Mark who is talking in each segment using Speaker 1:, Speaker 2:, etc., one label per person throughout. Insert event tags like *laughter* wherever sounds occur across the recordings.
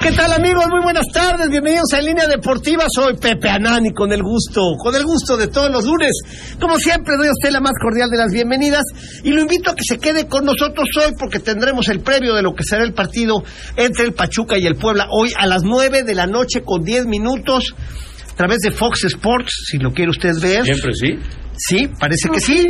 Speaker 1: ¿Qué tal amigos? Muy buenas tardes, bienvenidos a En Línea Deportiva, soy Pepe Anani con el gusto, con el gusto de todos los lunes. Como siempre doy a usted la más cordial de las bienvenidas y lo invito a que se quede con nosotros hoy porque tendremos el previo de lo que será el partido entre el Pachuca y el Puebla hoy a las 9 de la noche con 10 minutos a través de Fox Sports, si lo quiere usted ver.
Speaker 2: Siempre sí.
Speaker 1: Sí, parece que sí.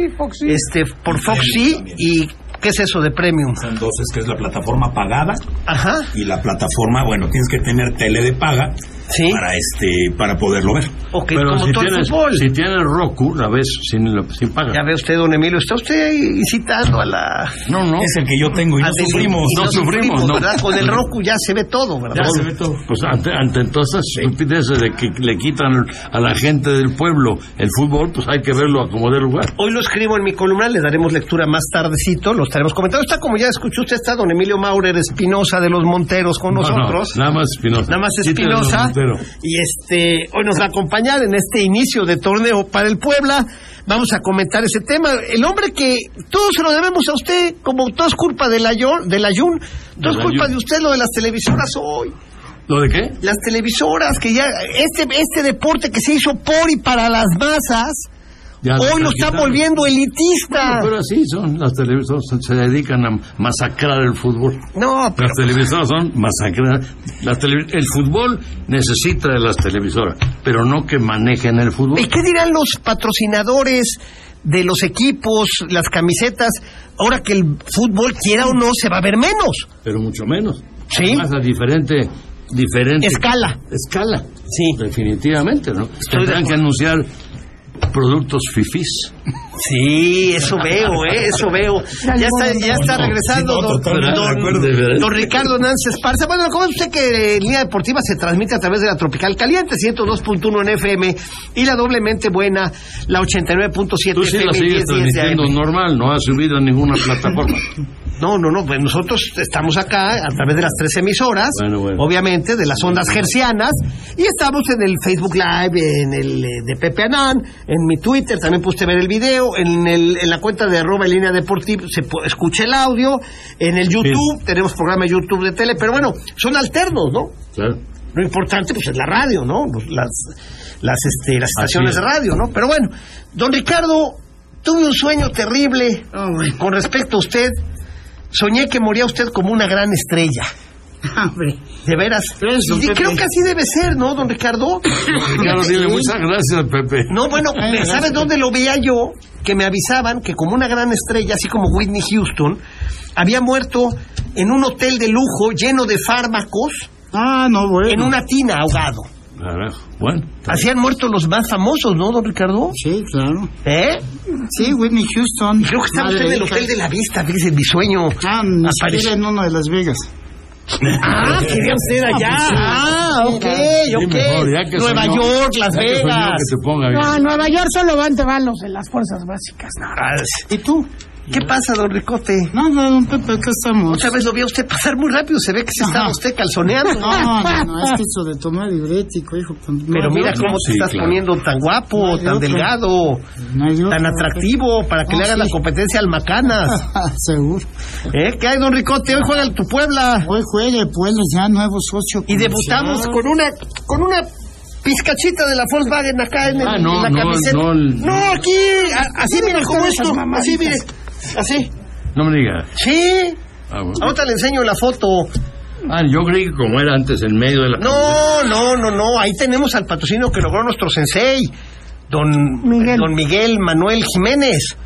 Speaker 1: Este, por Fox sí y ¿qué es eso de premium?
Speaker 3: Entonces, que es la plataforma pagada
Speaker 1: Ajá.
Speaker 3: y la plataforma, bueno, tienes que tener tele de paga
Speaker 1: Sí.
Speaker 3: para este para poderlo ver.
Speaker 1: Ok,
Speaker 2: Pero
Speaker 1: como
Speaker 2: si
Speaker 1: todo el
Speaker 2: tienes,
Speaker 1: fútbol.
Speaker 2: si tienes Roku, la ves sin, lo- sin pagar.
Speaker 1: Ya ve usted, don Emilio, está usted ahí incitando a la...
Speaker 2: No, no.
Speaker 3: Es el que yo tengo y
Speaker 1: a
Speaker 3: no
Speaker 1: decir-
Speaker 3: sufrimos.
Speaker 1: y
Speaker 2: no sufrimos, no.
Speaker 1: ¿verdad? Con el Roku ya se ve todo,
Speaker 2: Ya
Speaker 1: ¿verdad?
Speaker 2: se ve todo. Pues ante, ante todas esas estupideces de que le quitan a la gente del pueblo el fútbol, pues hay que verlo a como dé lugar.
Speaker 1: Hoy lo escribo en mi columna, le daremos lectura más tardecito, lo estaremos comentando. Está como ya escuchó usted, está don Emilio Maurer Espinosa de los Monteros con
Speaker 2: No, no,
Speaker 1: nosotros.
Speaker 2: nada más Espinosa.
Speaker 1: Nada más
Speaker 2: Quítale los
Speaker 1: Espinosa.
Speaker 2: monteros.
Speaker 1: Y este, hoy nos va a acompañar en este inicio de torneo para el Puebla. Vamos a comentar ese tema. El hombre que todos se lo debemos a usted, como todo es culpa de la, Yor- de la Jun, todo es
Speaker 2: la
Speaker 1: culpa
Speaker 2: Jun.
Speaker 1: de usted lo de las televisoras hoy.
Speaker 2: ¿Lo de qué?
Speaker 1: Las televisoras que ya, este, este deporte que se hizo por y para las masas,
Speaker 2: Ya
Speaker 1: hoy lo
Speaker 2: están
Speaker 1: está
Speaker 2: quitando.
Speaker 1: volviendo elitista.
Speaker 2: Bueno, Pero así son, las televisoras se dedican a masacrar el fútbol.
Speaker 1: No, pero pues,
Speaker 2: Las televisoras son masacradas. Las televi- el fútbol necesita de las televisoras, pero no que manejen el fútbol.
Speaker 1: ¿Y qué dirán los patrocinadores de los equipos, las camisetas, ahora que el fútbol quiera o no se va a ver menos?
Speaker 2: pero mucho menos.
Speaker 1: Sí.
Speaker 2: Más a diferente, diferente
Speaker 1: Escala.
Speaker 2: escala.
Speaker 1: Sí.
Speaker 2: Definitivamente, ¿no?
Speaker 1: Estoy de
Speaker 2: Tendrán que anunciar productos fifís.
Speaker 1: Sí, eso veo, eh, eso veo. Ya está, ya está regresando don,
Speaker 2: totalmente
Speaker 1: don-
Speaker 2: de acuerdo. De verdad.
Speaker 1: don Ricardo Nancy Esparza. Bueno, como usted que Línea Deportiva se transmite a través de la Tropical Caliente, 102.1 en FM, y la doblemente buena, la 89.7
Speaker 2: Tú sí
Speaker 1: FM, *laughs*
Speaker 2: la sigues
Speaker 1: 10 AM.
Speaker 2: transmitiendo normal, no ha subido a ninguna plataforma.
Speaker 1: No, no, no, pues nosotros estamos acá a través de las tres emisoras,
Speaker 2: Bueno, bueno.
Speaker 1: obviamente, de las ondas gercianas, y estamos en el Facebook Live, en el eh, de Pepe Anán, en mi Twitter, también pude ver el video, en, el- en la cuenta de arroba en línea deportiva se pu- escucha el audio, en el YouTube, tenemos programa de YouTube de tele, pero bueno, son alternos, ¿no?
Speaker 2: Claro.
Speaker 1: Lo importante pues es la radio, ¿no? Los- Las, las, este, las estaciones
Speaker 2: es.
Speaker 1: de radio, ¿no? Pero bueno, don Ricardo, tuve un sueño terrible Ay, con respecto a usted. Soñé que moría usted como una gran estrella.
Speaker 4: Hombre,
Speaker 1: De veras. Y creo que así debe ser, ¿no, don Ricardo?
Speaker 2: Claro, dile muchas gracias, Pepe.
Speaker 1: No, bueno, ¿sabes dónde lo veía yo? Que me avisaban que como una gran estrella, así como Whitney Houston, había muerto en un hotel de lujo lleno de fármacos,
Speaker 4: Ah, no, bueno.
Speaker 1: en una tina ahogado.
Speaker 2: Carajo. Bueno,
Speaker 1: Así han muerto los más famosos, ¿no, don Ricardo?
Speaker 4: Sí, claro.
Speaker 1: ¿Eh?
Speaker 4: Sí, Whitney Houston.
Speaker 1: Creo que estaba
Speaker 4: Madre
Speaker 1: usted en el
Speaker 4: hija.
Speaker 1: Hotel de la Vista, fíjese, mi sueño.
Speaker 4: Ah, ni
Speaker 1: Apareció.
Speaker 4: siquiera en uno de Las Vegas.
Speaker 1: Ah, quería usted allá. Ah,
Speaker 4: pues
Speaker 1: ok,
Speaker 2: Sí,
Speaker 1: ok.
Speaker 2: mejor, ya que
Speaker 1: Nueva
Speaker 2: soñó-
Speaker 1: York, Las
Speaker 2: ya que soñó
Speaker 1: Vegas.
Speaker 2: que te ponga bien.
Speaker 5: No, en Nueva York solo van te van los de las fuerzas básicas. No.
Speaker 1: Ah,
Speaker 4: ¿Y tú?
Speaker 1: ¿Qué pasa, don Ricote?
Speaker 4: No, no, don Pepe, acá estamos.
Speaker 1: Otra vez lo vi a usted pasar muy rápido, se ve que se estaba
Speaker 4: Ajá.
Speaker 1: usted calzoneando.
Speaker 4: No, no,
Speaker 1: *laughs*
Speaker 4: no, es que eso de tomar librético, hijo. pues, no
Speaker 1: Pero
Speaker 4: hay
Speaker 1: mira
Speaker 4: otra.
Speaker 1: cómo
Speaker 2: Sí,
Speaker 1: te estás
Speaker 2: claro.
Speaker 1: poniendo tan guapo,
Speaker 4: No, yo
Speaker 1: tan
Speaker 4: creo-
Speaker 1: delgado,
Speaker 4: No hay otra.
Speaker 1: tan atractivo, para que
Speaker 4: No,
Speaker 1: le haga la
Speaker 4: sí. Ah.
Speaker 1: competencia al Macanas.
Speaker 4: *laughs* Seguro.
Speaker 1: ¿Eh? ¿Qué hay, don Ricote? Hoy juega el tu Puebla.
Speaker 4: Hoy juega el Puebla, ya nuevo socio.
Speaker 1: y debutamos con una con una pizcachita de la Volkswagen acá en, el-
Speaker 2: Ah, no,
Speaker 1: en la
Speaker 2: no,
Speaker 1: camiseta.
Speaker 2: no, el-
Speaker 1: aquí, a- así mira como esto, así mire, así.
Speaker 2: no me digas.
Speaker 1: Sí.
Speaker 2: Ah, bueno.
Speaker 1: Ahorita le enseño la foto.
Speaker 2: Ah, yo creí que como era antes en medio de la...
Speaker 1: No, no, no, no, ahí tenemos al patrocinio que logró nuestro sensei, don
Speaker 5: Miguel.
Speaker 1: don Miguel Manuel Jiménez.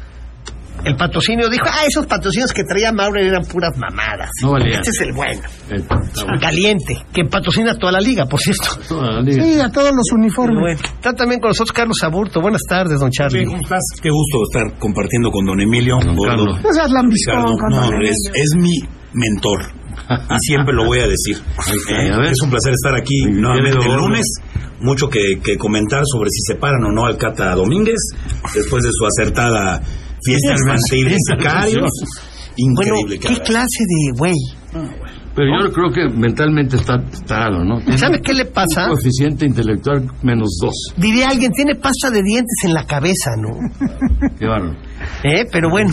Speaker 1: El patrocinio dijo, ah, esos patrocinios que traía Maurer eran puras mamadas.
Speaker 2: No valía.
Speaker 1: Este es el bueno,
Speaker 2: Eh, está bueno. Ah,
Speaker 1: caliente, que patrocina toda la liga, por cierto.
Speaker 2: Toda la liga.
Speaker 5: Sí, a todos los uniformes.
Speaker 1: Bueno, está también con nosotros Carlos Aburto. Buenas tardes, don Charlie.
Speaker 3: ¿Cómo estás? Qué gusto estar compartiendo con don Emilio.
Speaker 2: Don
Speaker 3: Gordo.
Speaker 2: Carlos.
Speaker 5: No seas lambiscón,
Speaker 3: Ricardo,
Speaker 5: con
Speaker 3: no,
Speaker 5: todo
Speaker 3: es,
Speaker 5: respeto.
Speaker 3: es mi mentor. Y siempre lo voy a decir.
Speaker 2: está, ya
Speaker 3: Eh,
Speaker 2: ves.
Speaker 3: es un placer estar aquí
Speaker 2: Muy bien,
Speaker 3: nuevamente el
Speaker 2: Gordo.
Speaker 3: lunes mucho que, que comentar sobre si separan o no al Cata Domínguez después de su acertada fiesta infantil de sicarios.
Speaker 1: Bueno,
Speaker 3: Increíble,
Speaker 1: ¿qué
Speaker 3: caray.
Speaker 1: clase de güey?
Speaker 2: *laughs* Pero yo creo que mentalmente está tarado, ¿no? Tiene
Speaker 1: ¿Sabe qué le pasa? *laughs*
Speaker 2: un coeficiente intelectual menos dos.
Speaker 1: Diría alguien, tiene pasta de dientes en la cabeza, ¿no?
Speaker 2: Qué bárbaro.
Speaker 1: *laughs* ¿Eh? Pero bueno,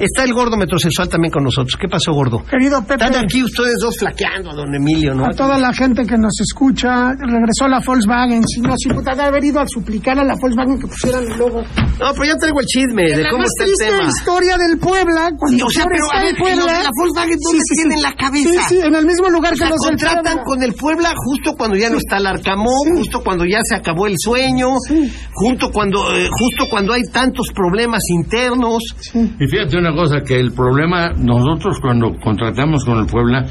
Speaker 1: está el gordo metrosexual también con nosotros. ¿Qué pasó, gordo?
Speaker 5: Querido Pepe,
Speaker 1: Están aquí ustedes dos flaqueando a don Emilio, ¿no?
Speaker 5: a toda la gente que nos escucha, regresó la Volkswagen. Si no, si puta, de haber ido a suplicar a la Volkswagen que pusieran el logo.
Speaker 1: No, pero yo traigo el chisme de
Speaker 5: la
Speaker 1: cómo
Speaker 5: más
Speaker 1: está el
Speaker 5: triste
Speaker 1: tema.
Speaker 5: historia del Puebla, cuando
Speaker 1: O sea,
Speaker 5: peor
Speaker 1: pero
Speaker 5: está
Speaker 1: a ver,
Speaker 5: el Puebla.
Speaker 1: ¿y lo de la Volkswagen dónde tiene en la cabeza?
Speaker 5: Sí, sí, en el mismo lugar que
Speaker 1: La
Speaker 5: los del
Speaker 1: contratan
Speaker 5: Puebla.
Speaker 1: con el Puebla justo cuando ya no está el Arcamón, justo cuando ya se acabó el sueño, junto cuando, eh, justo cuando hay tantos problemas internos.
Speaker 2: Y fíjate una cosa, que el problema, nosotros cuando contratamos con el Puebla,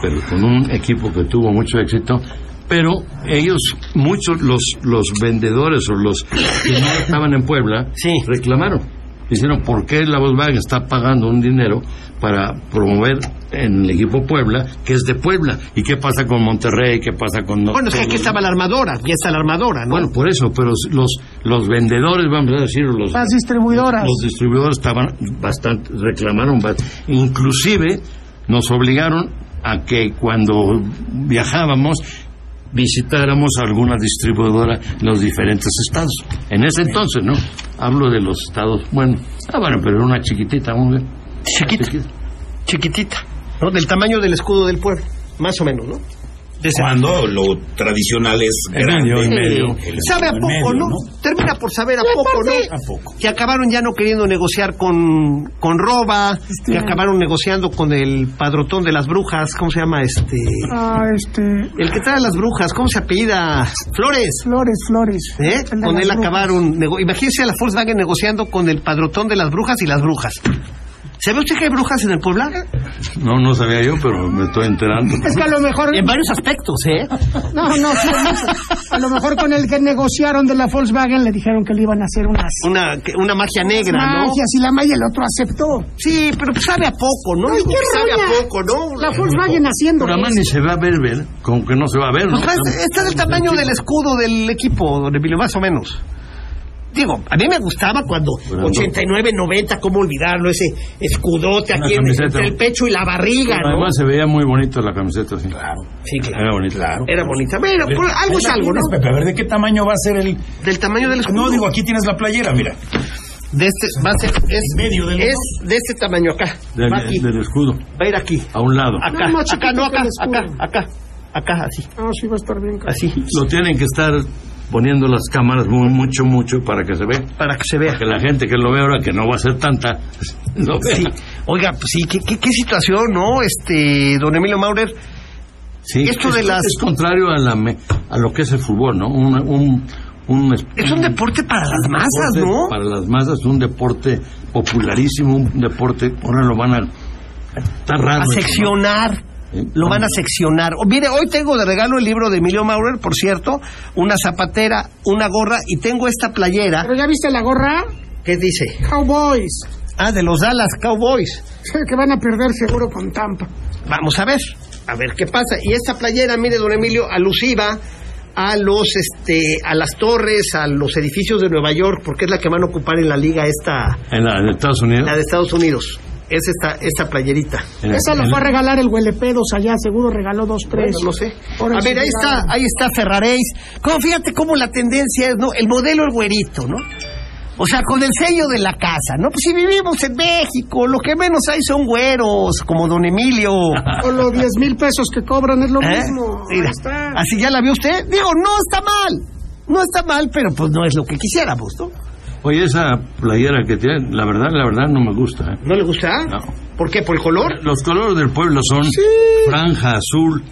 Speaker 2: pero con un equipo que tuvo mucho éxito, pero ellos, muchos, los, los vendedores o los que no estaban en Puebla,
Speaker 1: Sí.
Speaker 2: reclamaron. Dijeron, ¿por qué la Volkswagen está pagando un dinero para promover en el equipo Puebla, que es de Puebla? ¿Y qué pasa con Monterrey? ¿Qué pasa con... no-
Speaker 1: Bueno, es que aquí estaba la armadora, ya está la armadora, ¿no?
Speaker 2: Bueno, por eso, pero los, los vendedores, vamos a decir, los,
Speaker 5: Las distribuidoras.
Speaker 2: los distribuidores estaban bastante, reclamaron, ba- inclusive nos obligaron a que cuando viajábamos visitáramos a alguna distribuidora en los diferentes estados. En ese entonces, ¿no? Hablo de los estados, bueno, ah, bueno, pero era una chiquitita, muy bien.
Speaker 1: chiquita,
Speaker 2: Chiquita.
Speaker 1: chiquitita, ¿no? Del tamaño del escudo del pueblo, más o menos, ¿no? De ese-
Speaker 3: Cuando lo tradicional es grande.
Speaker 2: medio, en
Speaker 3: Sí.
Speaker 2: medio.
Speaker 3: El
Speaker 1: Sabe a
Speaker 3: en
Speaker 1: poco,
Speaker 3: medio,
Speaker 1: ¿no? Termina por saber a
Speaker 5: Y
Speaker 1: poco, ¿no?
Speaker 5: aparte-
Speaker 3: A poco.
Speaker 1: Que acabaron ya no queriendo negociar con, con Roba, que acabaron negociando con el padrotón de las brujas, ¿cómo se llama este?
Speaker 5: Ah, este.
Speaker 1: El que trae a las brujas, ¿cómo se apellida? Flores.
Speaker 5: Flores, flores.
Speaker 1: ¿Eh?
Speaker 5: El de
Speaker 1: Con
Speaker 5: las
Speaker 1: él
Speaker 5: brujas.
Speaker 1: acabaron. nego- Imagínense a la Volkswagen negociando con el padrotón de las brujas y las brujas. ¿Sabe usted que hay brujas en el Puebla?
Speaker 2: No, no sabía yo, pero me estoy enterando.
Speaker 5: Es que a lo mejor.
Speaker 1: En varios aspectos, ¿eh?
Speaker 5: No, no, sí, no, sí. a lo mejor con el que negociaron de la Volkswagen le dijeron que le iban a hacer unas
Speaker 1: Una, que- una magia negra, ¿no?
Speaker 5: magias y la malla el otro aceptó.
Speaker 1: Sí, pero pues, sabe a poco, ¿no?
Speaker 5: Ay, qué
Speaker 1: sabe
Speaker 5: roña.
Speaker 1: a poco, ¿no?
Speaker 5: La Volkswagen haciendo.
Speaker 2: Pero además ni se va a ver, ¿ver? Como que no se va a ver, ¿no?
Speaker 1: Pues más, está del tamaño del escudo del equipo, don Emilio, más o menos. Digo, a mí me gustaba cuando
Speaker 2: Bueno,
Speaker 1: 89, 90, cómo olvidarlo, ese escudote
Speaker 2: Una
Speaker 1: aquí en-
Speaker 2: camiseta.
Speaker 1: entre el pecho y la barriga, ¿no?
Speaker 2: Además se veía muy bonito la camiseta, sí. Claro.
Speaker 1: sí, claro.
Speaker 2: Era bonito.
Speaker 1: Era bonita. Pero pues, algo es algo, ¿no?
Speaker 3: Pepe, a ver, ¿de qué tamaño va a ser el...?
Speaker 1: Del tamaño del escudo.
Speaker 3: No, digo, aquí tienes la playera, mira.
Speaker 1: De este, va a ser, es,
Speaker 3: medio del-
Speaker 1: es de este tamaño acá.
Speaker 2: Del,
Speaker 1: va aquí,
Speaker 2: del escudo,
Speaker 1: va a ir aquí.
Speaker 2: a un lado.
Speaker 1: Acá,
Speaker 5: más
Speaker 1: acá,
Speaker 5: chiquito
Speaker 1: no,
Speaker 5: que
Speaker 1: acá,
Speaker 5: el escudo.
Speaker 1: acá, acá, acá, así,
Speaker 5: Ah, sí, va a estar bien.
Speaker 1: así,
Speaker 2: Lo tienen que estar poniendo las cámaras muy, mucho, mucho para que se vea.
Speaker 1: para que se vea.
Speaker 2: Que la gente que lo ve ahora, que no va a ser tanta, *laughs* lo vea.
Speaker 1: Sí. Oiga, pues sí, ¿qué, qué, qué situación, ¿no? Este, don Emilio Maurer,
Speaker 2: Sí,
Speaker 1: Esto de
Speaker 2: es,
Speaker 1: las-
Speaker 2: es contrario a, la me- a lo que es el fútbol, ¿no? Un, un, un es-
Speaker 1: es un deporte para las masas,
Speaker 2: Mm. deporte
Speaker 1: ¿no?
Speaker 2: Para las masas, un deporte popularísimo, un deporte, ahora lo van a... Está raro.
Speaker 1: A
Speaker 2: ¿no?
Speaker 1: seccionar.
Speaker 2: Sí.
Speaker 1: Lo van a seccionar. Oh, mire, hoy tengo de regalo el libro de Emilio Maurer, por cierto, una zapatera, una gorra y tengo esta playera.
Speaker 5: Pero ya viste la gorra,
Speaker 1: ¿Qué dice?
Speaker 5: Cowboys,
Speaker 1: Ah, de los Dallas Cowboys.
Speaker 5: que van a perder seguro con Tampa.
Speaker 1: Vamos a ver, a ver qué pasa. Y esta playera, mire, don Emilio, alusiva a los, este, a las torres, a los edificios de Nueva York, porque es la que van a ocupar en la liga esta,
Speaker 2: En, la, en Estados Unidos.
Speaker 1: la de Estados Unidos. Es esta, esta playerita.
Speaker 2: En la-
Speaker 5: Esa lo
Speaker 2: en
Speaker 5: fue a
Speaker 2: la-
Speaker 5: regalar el huelepedos allá, seguro regaló dos, tres.
Speaker 1: Bueno, no sé.
Speaker 5: Ahora
Speaker 1: A
Speaker 5: sí
Speaker 1: ver, ahí
Speaker 5: regalaron.
Speaker 1: está, ahí está Ferraréis. Como, fíjate cómo la tendencia es, ¿no? El modelo el güerito, ¿no? O sea, con el sello de la casa, ¿no? Pues si vivimos en México, lo que menos hay son güeros, como don *laughs* Emilio.
Speaker 5: O los 10 mil pesos que cobran es lo
Speaker 1: ¿Eh?
Speaker 5: mismo.
Speaker 1: Mira,
Speaker 5: Ahí está.
Speaker 1: así ya la vio usted. Digo, no está mal. No está mal, pero pues no es lo que quisiéramos, ¿no?
Speaker 2: Oye, esa playera que tiene, la verdad, la verdad no me gusta. ¿eh?
Speaker 1: ¿No le gusta?
Speaker 2: No.
Speaker 1: ¿Por qué? ¿Por el color?
Speaker 2: Los colores del pueblo son franja azul,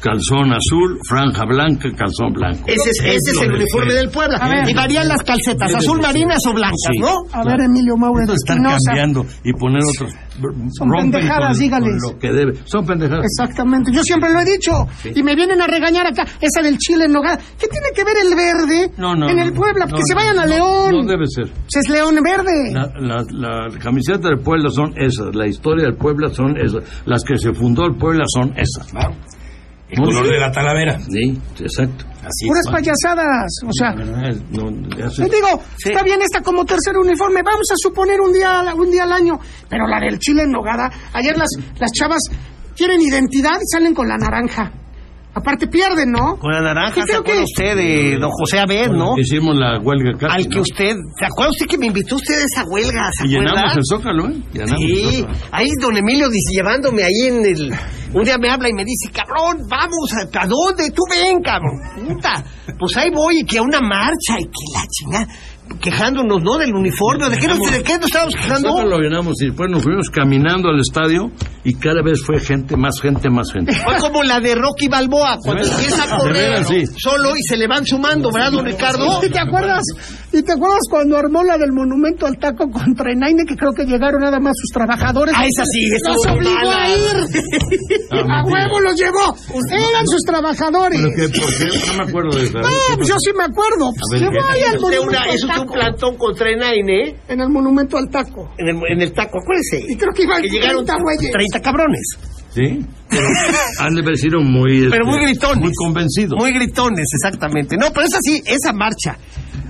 Speaker 2: calzón azul, franja blanca, calzón
Speaker 5: Eh,
Speaker 2: blanco.
Speaker 1: Ese es, ese es el uniforme del Puebla.
Speaker 2: ver.
Speaker 1: Y varían las calcetas, azul marinas o blancas,
Speaker 2: Sí.
Speaker 1: ¿no?
Speaker 5: A ver, Emilio Maurer
Speaker 2: Esto estar
Speaker 5: Espinosa.
Speaker 2: cambiando y poner otros. br-
Speaker 5: pues, Son
Speaker 2: rompen
Speaker 5: pendejadas,
Speaker 2: con-
Speaker 5: dígales.
Speaker 2: con lo que debe. Son pendejadas.
Speaker 5: Exactamente, yo siempre lo he dicho. Y me vienen a regañar acá, esa del chile en Nogada. ¿Qué tiene que ver el verde
Speaker 2: No, no,
Speaker 5: en
Speaker 2: no,
Speaker 5: el Puebla?
Speaker 2: no,
Speaker 5: que se
Speaker 2: no,
Speaker 5: vayan a
Speaker 2: no,
Speaker 5: León.
Speaker 2: No debe ser.
Speaker 5: Pues es León verde.
Speaker 2: La, la, la camiseta del Puebla son esas, la historia del Puebla son esas, las que se fundó el Puebla son esas.
Speaker 3: El color de la talavera.
Speaker 2: Sí, exacto.
Speaker 3: Así
Speaker 5: Puras
Speaker 3: es, ¿no?
Speaker 5: payasadas. O sea,
Speaker 2: La verdad, no, ya sé.
Speaker 5: les digo,
Speaker 2: Sí.
Speaker 5: está bien esta como tercer uniforme, vamos a suponer un día, al- un día al año, pero la del chile en nogada, ayer las, las chavas quieren identidad y salen con la naranja. Aparte pierden, ¿no?
Speaker 1: Con la naranja,
Speaker 5: Yo
Speaker 1: ¿se
Speaker 5: creo
Speaker 1: acuerda
Speaker 5: que-
Speaker 1: usted de don José Abed, no?
Speaker 2: Hicimos la huelga casi,
Speaker 1: Al que
Speaker 2: ¿no?
Speaker 1: usted, ¿se acuerda usted que me invitó usted a esa huelga? ¿Se
Speaker 2: Y llenamos
Speaker 1: acuerda?
Speaker 2: el zócalo, ¿eh? Llenamos el
Speaker 1: Sí,
Speaker 2: zócalo.
Speaker 1: ahí don Emilio dice, llevándome ahí en el... Un día me habla y me dice, cabrón, vamos, ¿a a dónde? Tú ven, cabrón. Puta, pues ahí voy y que a una marcha y que la chingada, quejándonos, ¿no? Del uniforme, ¿de qué nos, de qué nos estábamos quejando?
Speaker 2: Nosotros lo llenamos y después nos fuimos caminando al estadio y cada vez fue gente, más gente, más gente.
Speaker 1: Fue como la de Rocky Balboa, cuando
Speaker 2: De veras,
Speaker 1: empieza a
Speaker 2: de
Speaker 1: correr
Speaker 2: veras, sí.
Speaker 1: solo y se le van sumando, ¿verdad, don Ricardo?
Speaker 5: ¿Y te acuerdas? ¿Y te acuerdas cuando armó la del monumento al taco contra Enaine, que creo que llegaron nada más sus trabajadores?
Speaker 1: Ah, esa sí, esa
Speaker 5: ¡Los
Speaker 1: fue
Speaker 5: obligó
Speaker 1: mala.
Speaker 5: a ir!
Speaker 2: Ah,
Speaker 5: ¡A
Speaker 2: mentira.
Speaker 5: huevo los llevó! ¡Eran sus trabajadores!
Speaker 2: Pero que, ¿por qué? No me acuerdo de esa.
Speaker 5: No, pues yo sí me acuerdo.
Speaker 2: ver,
Speaker 5: Llevó
Speaker 2: ¿qué?
Speaker 5: ahí al
Speaker 1: Fue Este,
Speaker 5: monumento
Speaker 1: una-
Speaker 5: al
Speaker 1: eso fue un
Speaker 5: taco.
Speaker 1: plantón contra Enaine, ¿eh?
Speaker 5: En el monumento al taco.
Speaker 1: en el, en el taco, acuérdese.
Speaker 5: Y creo que iban
Speaker 1: Que llegaron
Speaker 5: 30 güeyes.
Speaker 1: 30 cabrones.
Speaker 2: Sí, pero han de haber sido muy... este,
Speaker 1: Pero muy gritones.
Speaker 2: Muy convencidos.
Speaker 1: Muy gritones, exactamente. No, pero esa sí, esa marcha.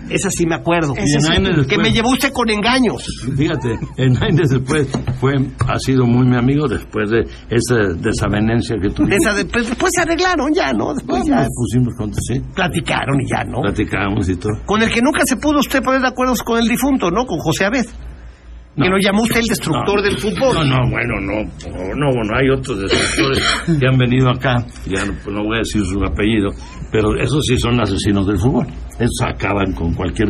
Speaker 1: Esa sí me acuerdo.
Speaker 2: Esa sí. Niner
Speaker 1: que
Speaker 2: después.
Speaker 1: me llevó usted con engaños.
Speaker 2: Fíjate, Hernández después fue, ha sido muy mi amigo después de esa desavenencia que tuvimos.
Speaker 1: Esa de- pues, después se arreglaron ya, ¿no? Después
Speaker 2: Nos
Speaker 1: ya
Speaker 2: pusimos contra sí,
Speaker 1: platicaron y ya, ¿no?
Speaker 2: platicábamos y todo.
Speaker 1: Con el que nunca se pudo usted poner de acuerdo con el difunto, ¿no? Con José Abed. Que lo llamó usted el destructor
Speaker 2: No.
Speaker 1: del fútbol.
Speaker 2: No, no, bueno, no, no, no, bueno, hay otros destructores que han venido acá, ya no, pues no voy a decir su apellido, pero esos sí son asesinos del fútbol. Esos acaban con cualquier...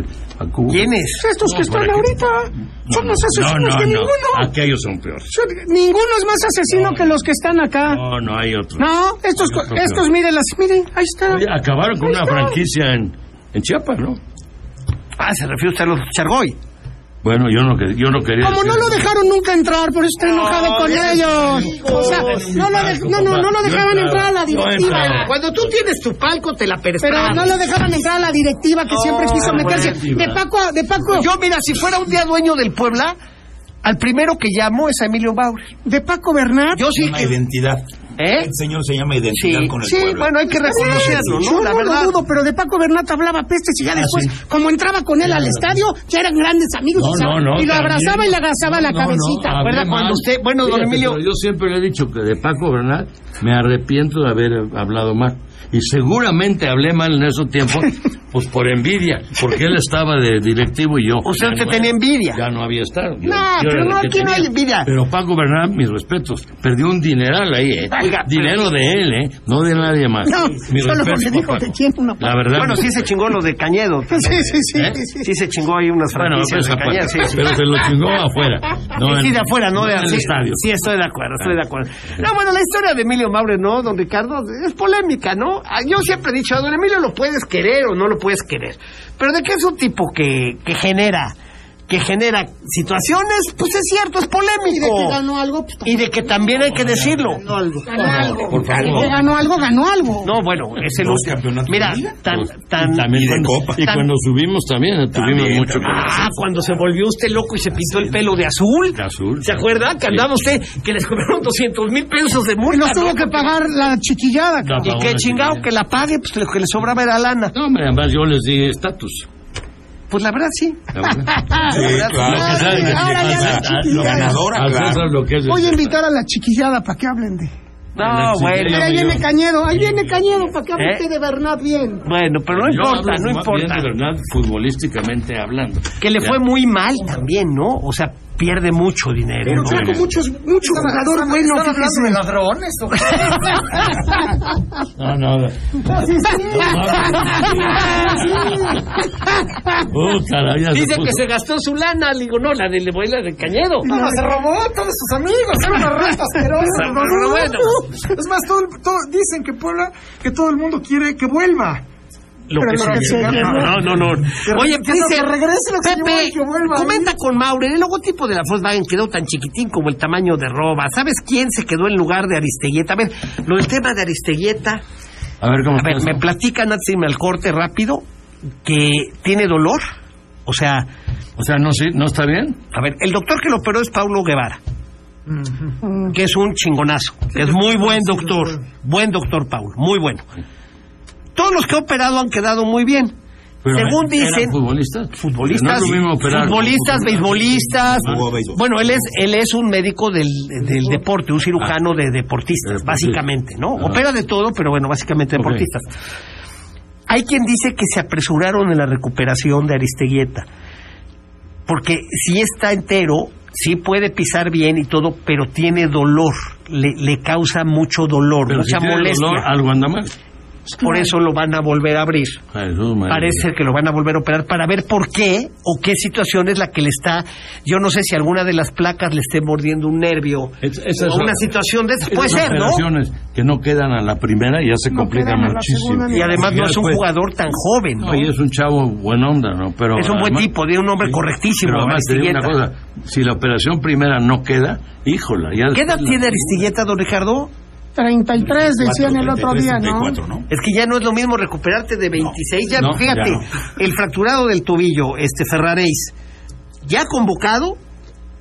Speaker 1: ¿Quiénes?
Speaker 5: Pues, Estos que
Speaker 2: No,
Speaker 5: están
Speaker 2: por aquí.
Speaker 5: ahorita son más asesinos que ninguno.
Speaker 2: Aquellos son peores.
Speaker 5: Son- Ninguno es más asesino que los que están acá.
Speaker 2: No, no, hay otros.
Speaker 5: No, estos,
Speaker 2: Yo creo que
Speaker 5: estos,
Speaker 2: no.
Speaker 5: mire, las, mire, ahí está.
Speaker 2: Oye, ah, Acabaron con
Speaker 5: Ahí
Speaker 2: una
Speaker 5: está.
Speaker 2: franquicia en, en Chiapas, ¿no?
Speaker 1: Ah, se refiere usted a los Chargoy.
Speaker 2: Bueno, yo no, que- yo no quería...
Speaker 5: Como
Speaker 2: decir-
Speaker 5: no lo dejaron nunca entrar, por eso estoy enojado con
Speaker 1: ese
Speaker 5: ellos.
Speaker 1: hijo.
Speaker 5: O sea, no lo, de- no, no, no lo
Speaker 2: Yo
Speaker 5: dejaban
Speaker 2: entraba.
Speaker 5: entrar a la
Speaker 2: Yo
Speaker 5: directiva.
Speaker 2: entraba.
Speaker 1: Cuando tú tienes tu palco, te la perdes.
Speaker 5: Pero no lo dejaban entrar a la directiva que
Speaker 1: Ah.
Speaker 5: siempre quiso
Speaker 2: buena
Speaker 5: meterse.
Speaker 2: directiva.
Speaker 5: De Paco, a- de Paco,
Speaker 1: Yo, mira, si fuera un día dueño del Puebla, al primero que llamo es a Emilio Bauer.
Speaker 5: de Paco Bernat.
Speaker 1: Yo sí
Speaker 3: Una
Speaker 1: que...
Speaker 3: identidad.
Speaker 1: ¿Eh?
Speaker 3: El señor se llama
Speaker 1: Sí,
Speaker 3: identidad con el
Speaker 1: sí
Speaker 3: pueblo.
Speaker 1: bueno, hay que reconocerlo,
Speaker 5: Yo
Speaker 1: ¿no? La
Speaker 5: no
Speaker 1: verdad.
Speaker 5: lo dudo, pero de Paco Bernat hablaba pestes y ya después,
Speaker 3: sí.
Speaker 5: como entraba con él al estadio, ya eran grandes amigos
Speaker 2: No,
Speaker 1: Pues,
Speaker 5: y, se-
Speaker 2: no, no,
Speaker 5: y lo
Speaker 2: también.
Speaker 5: abrazaba y le abrazaba la
Speaker 2: No,
Speaker 5: cabecita.
Speaker 2: no,
Speaker 1: ¿Recuerda
Speaker 2: hablé
Speaker 1: cuando
Speaker 2: mal.
Speaker 1: usted- bueno, don Emilio-
Speaker 2: pero Yo siempre le he dicho que de Paco Bernal me arrepiento de haber hablado mal. Y seguramente hablé mal en esos
Speaker 1: *laughs*
Speaker 2: tiempos, pues por envidia, porque él estaba de directivo y yo.
Speaker 1: Usted
Speaker 2: ya
Speaker 1: te
Speaker 2: no-
Speaker 1: tenía envidia.
Speaker 2: Ya no había estado. Yo-
Speaker 1: No,
Speaker 2: yo
Speaker 1: pero
Speaker 2: era el
Speaker 1: no,
Speaker 2: que
Speaker 1: aquí no
Speaker 2: tenía.
Speaker 1: hay envidia.
Speaker 2: Pero Paco Bernal, mis respetos, perdió un dineral ahí, ¿eh?
Speaker 1: Oiga,
Speaker 2: Dinero de él, ¿eh? No de nadie más.
Speaker 5: No,
Speaker 2: Mis
Speaker 5: solo
Speaker 2: respetos,
Speaker 5: porque dijo,
Speaker 2: Paco.
Speaker 5: "Te quiero, no,
Speaker 2: La verdad.
Speaker 1: Bueno, sí se chingó lo de
Speaker 5: *laughs*
Speaker 1: Cañedo.
Speaker 5: Sí, sí, sí,
Speaker 2: ¿Eh?
Speaker 5: sí, sí.
Speaker 1: Sí se chingó ahí unas
Speaker 2: Bueno, pues,
Speaker 1: franquicias de Cañedo. Sí,
Speaker 2: aparte,
Speaker 1: sí.
Speaker 2: pero se lo chingó afuera. No,
Speaker 1: Sí,
Speaker 2: en-
Speaker 1: de afuera, no de
Speaker 2: en el
Speaker 1: sí,
Speaker 2: estadio.
Speaker 1: Sí, estoy de acuerdo, estoy de acuerdo. No, bueno, la historia de Emilio Maure, ¿no, don Ricardo? Es polémica, ¿no? Ah, Yo siempre he dicho, a don Emilio lo puedes querer o no lo puedes querer. Pero de que es un tipo que, que genera que genera situaciones, pues es cierto, es
Speaker 5: Y de que
Speaker 1: polémico.
Speaker 5: ganó algo, pues,
Speaker 1: Y de que también hay que decirlo.
Speaker 5: ganó algo.
Speaker 3: por favor.
Speaker 5: Y de ganó algo, ganó algo.
Speaker 1: No, bueno, es el
Speaker 3: Dos
Speaker 1: último.
Speaker 3: campeonatos
Speaker 1: Mira,
Speaker 3: de liga.
Speaker 1: tan,
Speaker 2: Pues,
Speaker 1: tan,
Speaker 2: y también
Speaker 3: y de
Speaker 2: cuando,
Speaker 3: copa.
Speaker 2: y
Speaker 1: tan-
Speaker 2: cuando subimos también eh, tuvimos
Speaker 3: También,
Speaker 2: mucho
Speaker 3: también.
Speaker 2: que-
Speaker 1: Ah, cuando se volvió usted loco y se pintó el pelo de azul.
Speaker 2: De azul.
Speaker 1: ¿Se acuerda? Que
Speaker 2: Sí.
Speaker 1: andaba usted, que les cobraron 200 mil pesos de
Speaker 5: Y
Speaker 1: multa.
Speaker 5: nos tuvo
Speaker 1: ¿no?
Speaker 5: que pagar la chiquillada.
Speaker 2: No,
Speaker 1: Y
Speaker 2: no,
Speaker 1: que
Speaker 2: no,
Speaker 1: chingado
Speaker 2: no.
Speaker 1: que la pague, pues lo que le sobraba era lana.
Speaker 2: No, hombre, además yo les di estatus.
Speaker 1: Pues la verdad sí.
Speaker 2: la verdad. Lo
Speaker 3: *laughs* Sí, claro.
Speaker 5: Ah,
Speaker 2: que sabe,
Speaker 5: ahora
Speaker 2: al
Speaker 5: ya la
Speaker 2: César-
Speaker 5: chiquillada.
Speaker 3: ganadora,
Speaker 2: al
Speaker 3: claro.
Speaker 2: César lo que es este. el
Speaker 5: Voy a
Speaker 2: César.
Speaker 5: invitar a la chiquillada para que hablen de.
Speaker 1: No,
Speaker 2: Sí,
Speaker 1: bueno.
Speaker 5: Mira, ahí
Speaker 2: amigo.
Speaker 5: viene Cañedo, ahí viene Cañedo para que hable
Speaker 1: Ah, ¿Eh?
Speaker 5: usted de Bernat bien.
Speaker 1: Bueno, pero no
Speaker 2: Yo
Speaker 1: importa,
Speaker 2: hablo
Speaker 1: no
Speaker 2: más bien
Speaker 1: importa.
Speaker 2: de verdad, futbolísticamente hablando.
Speaker 1: Que le
Speaker 2: Ya.
Speaker 1: fue muy mal también, ¿no? O sea, pierde mucho dinero.
Speaker 5: Pero
Speaker 1: ¿no?
Speaker 5: trajo muchos, mucho jugador bueno. fíjese.
Speaker 1: ladrones?
Speaker 2: *laughs* No, no, no. Puta, la vida se
Speaker 1: Dice que
Speaker 2: puso-
Speaker 1: se gastó su lana. Le digo, no, la de la de Cañedo.
Speaker 5: No, se robó a todos sus amigos, era una rata asquerosa.
Speaker 1: Pero bueno.
Speaker 5: Es más, todo, el- todo- dicen que Puebla, que todo el mundo quiere que vuelva.
Speaker 1: Lo
Speaker 5: Pero
Speaker 1: que
Speaker 5: no,
Speaker 1: se-
Speaker 5: que se-
Speaker 1: no, no, no. Oye,
Speaker 5: que
Speaker 1: dice,
Speaker 5: no, que regrese lo que llevó
Speaker 1: Pepe,
Speaker 5: y que vuelva,
Speaker 1: comenta con Maure, el logotipo de la Volkswagen quedó tan chiquitín como el tamaño de roba. ¿Sabes quién se quedó en lugar de Aristeguieta? A ver, lo del tema de Aristeguieta,
Speaker 2: A ver cómo
Speaker 1: a ver,
Speaker 2: está
Speaker 1: me
Speaker 2: eso.
Speaker 1: platican antes de irme al corte rápido que tiene dolor. O sea,
Speaker 2: O sea, no, sí, no está bien.
Speaker 1: a ver, el doctor que lo operó es Paulo Guevara, que es un chingonazo, que es muy buen doctor, buen doctor Paulo, muy bueno. Todos los que ha operado han quedado muy bien.
Speaker 2: Pero,
Speaker 1: Según
Speaker 2: ¿eran
Speaker 1: dicen,
Speaker 2: futbolistas,
Speaker 1: futbolistas,
Speaker 2: No es lo mismo operar
Speaker 1: futbolistas,
Speaker 2: como
Speaker 1: beisbolistas.
Speaker 3: Jugó béisbol.
Speaker 1: Bueno, él es él es un médico del, del deporte, un cirujano de deportistas,
Speaker 2: Deportistas.
Speaker 1: básicamente, ¿no?
Speaker 2: Ah.
Speaker 1: Opera de todo, pero bueno, básicamente
Speaker 2: Ok.
Speaker 1: deportistas. Hay quien dice que se apresuraron en la recuperación de Aristeguieta, porque si está entero, sí puede pisar bien y todo, pero tiene dolor, le, le causa mucho dolor,
Speaker 2: Pero si
Speaker 1: mucha
Speaker 2: tiene
Speaker 1: molestia.
Speaker 2: dolor, ah. algo anda mal.
Speaker 1: Por eso lo van a volver a abrir
Speaker 2: Jesús, María.
Speaker 1: parece que lo van a volver a operar para ver por qué o qué situación es la que le está. Yo no sé si alguna de las placas le esté mordiendo un nervio
Speaker 2: Es- esas
Speaker 1: o una
Speaker 2: son-
Speaker 1: situación de esas. Puede
Speaker 2: Esas
Speaker 1: ser, ¿no?
Speaker 2: operaciones que no quedan a la primera ya se
Speaker 5: No
Speaker 2: complican
Speaker 5: quedan a la
Speaker 2: muchísimo.
Speaker 5: segunda ni-
Speaker 1: Y además no es un
Speaker 2: Después-
Speaker 1: jugador tan joven, ¿no?
Speaker 2: pues. No, y es un chavo buena onda, ¿no? Pero
Speaker 1: Es un buen tipo, de un hombre correctísimo,
Speaker 2: Pero además te digo una
Speaker 1: Aristigueta.
Speaker 2: cosa, si la operación primera no queda, híjola, ya
Speaker 1: ¿Qué edad
Speaker 2: después la-
Speaker 1: tiene Aristigueta, don Ricardo?
Speaker 5: 33, decían el otro
Speaker 3: 33,
Speaker 5: día, ¿no?
Speaker 3: 34, ¿no?
Speaker 1: Es que ya no es lo mismo recuperarte de 26. ya,
Speaker 2: No, ya
Speaker 1: fíjate, el fracturado del tobillo, este Ferraréis, ya convocado,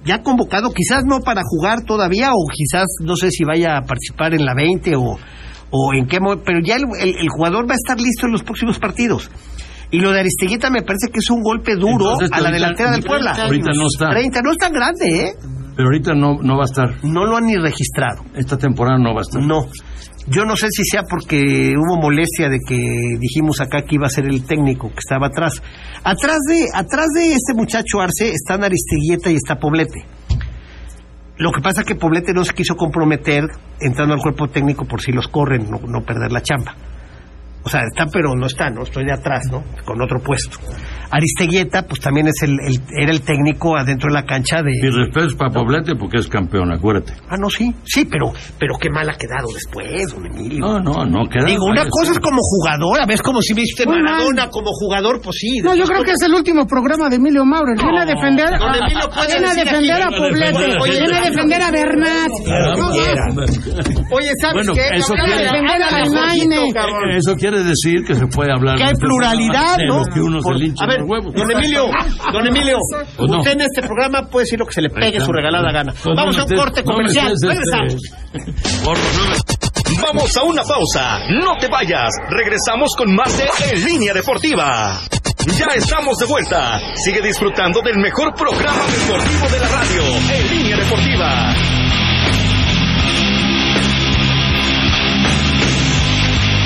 Speaker 1: ya convocado, quizás no para jugar todavía, o quizás no sé si vaya a participar en la 20 o, o en qué mo- pero ya el, el- el jugador va a estar listo en los próximos partidos. Y lo de Aristeguieta me parece que es un golpe duro
Speaker 2: Entonces,
Speaker 1: a la
Speaker 2: ahorita-
Speaker 1: delantera del Puebla.
Speaker 2: ahorita no está.
Speaker 1: 30, no es tan grande, ¿eh?
Speaker 2: Pero ahorita no, no va a estar,
Speaker 1: No lo han ni registrado.
Speaker 2: esta temporada no va a estar.
Speaker 1: No. Yo no sé si sea porque hubo molestia de que dijimos acá que iba a ser el técnico que estaba atrás. Atrás de, atrás de este muchacho Arce están Aristeguieta y está Poblete. Lo que pasa es que Poblete no se quiso comprometer entrando al cuerpo técnico por si los corren, no, no perder la chamba. O sea, está pero no está, ¿no? Estoy de atrás, ¿no? Con otro puesto. Aristeguieta, pues también es el, el- era el técnico adentro de la cancha de...
Speaker 2: Mi respeto es para Poblete porque es campeón, acuérdate.
Speaker 1: Ah, no, sí, sí, pero, pero qué mal ha quedado después, don Emilio.
Speaker 2: No, no, no queda.
Speaker 1: Digo, una cosa es como jugador, a ver, es como si me dijiste
Speaker 5: Muy
Speaker 1: Maradona como jugador, pues sí.
Speaker 5: No, yo creo que es el último programa de Emilio Mauro. Viene a defender,
Speaker 1: Don Emilio puede
Speaker 5: viene a
Speaker 1: decir
Speaker 5: defender a
Speaker 1: aquí.
Speaker 5: Poblete,
Speaker 1: Oye,
Speaker 5: viene a defender a Bernat. No,
Speaker 1: Oye, ¿sabes
Speaker 2: Bueno,
Speaker 1: qué?
Speaker 2: eso
Speaker 1: Habla de
Speaker 2: quiere-
Speaker 1: la- habla de la
Speaker 5: Almaine.
Speaker 2: eh,
Speaker 1: Jorgito, cabrón.
Speaker 2: Eso quiere decir que se puede hablar.
Speaker 1: Que hay
Speaker 2: de-
Speaker 1: pluralidad,
Speaker 2: de
Speaker 1: ¿no?
Speaker 2: lo que uno
Speaker 1: Por-
Speaker 2: se lincha
Speaker 1: a ver,
Speaker 2: los huevos.
Speaker 1: don Emilio, don
Speaker 5: *laughs*
Speaker 1: Emilio,
Speaker 5: Pues
Speaker 2: ¿O no?
Speaker 1: usted en este programa puede decir lo que se le pegue su regalada gana.
Speaker 2: Pues
Speaker 1: Vamos
Speaker 2: no
Speaker 1: a un
Speaker 2: me estés-
Speaker 1: corte
Speaker 2: no me
Speaker 1: comercial,
Speaker 2: estés, este,
Speaker 1: regresamos.
Speaker 2: gordo, no me-
Speaker 6: Vamos a una pausa. No te vayas. Regresamos con más de En Línea Deportiva. Ya estamos de vuelta. Sigue disfrutando del mejor programa deportivo de la radio. En Línea Deportiva.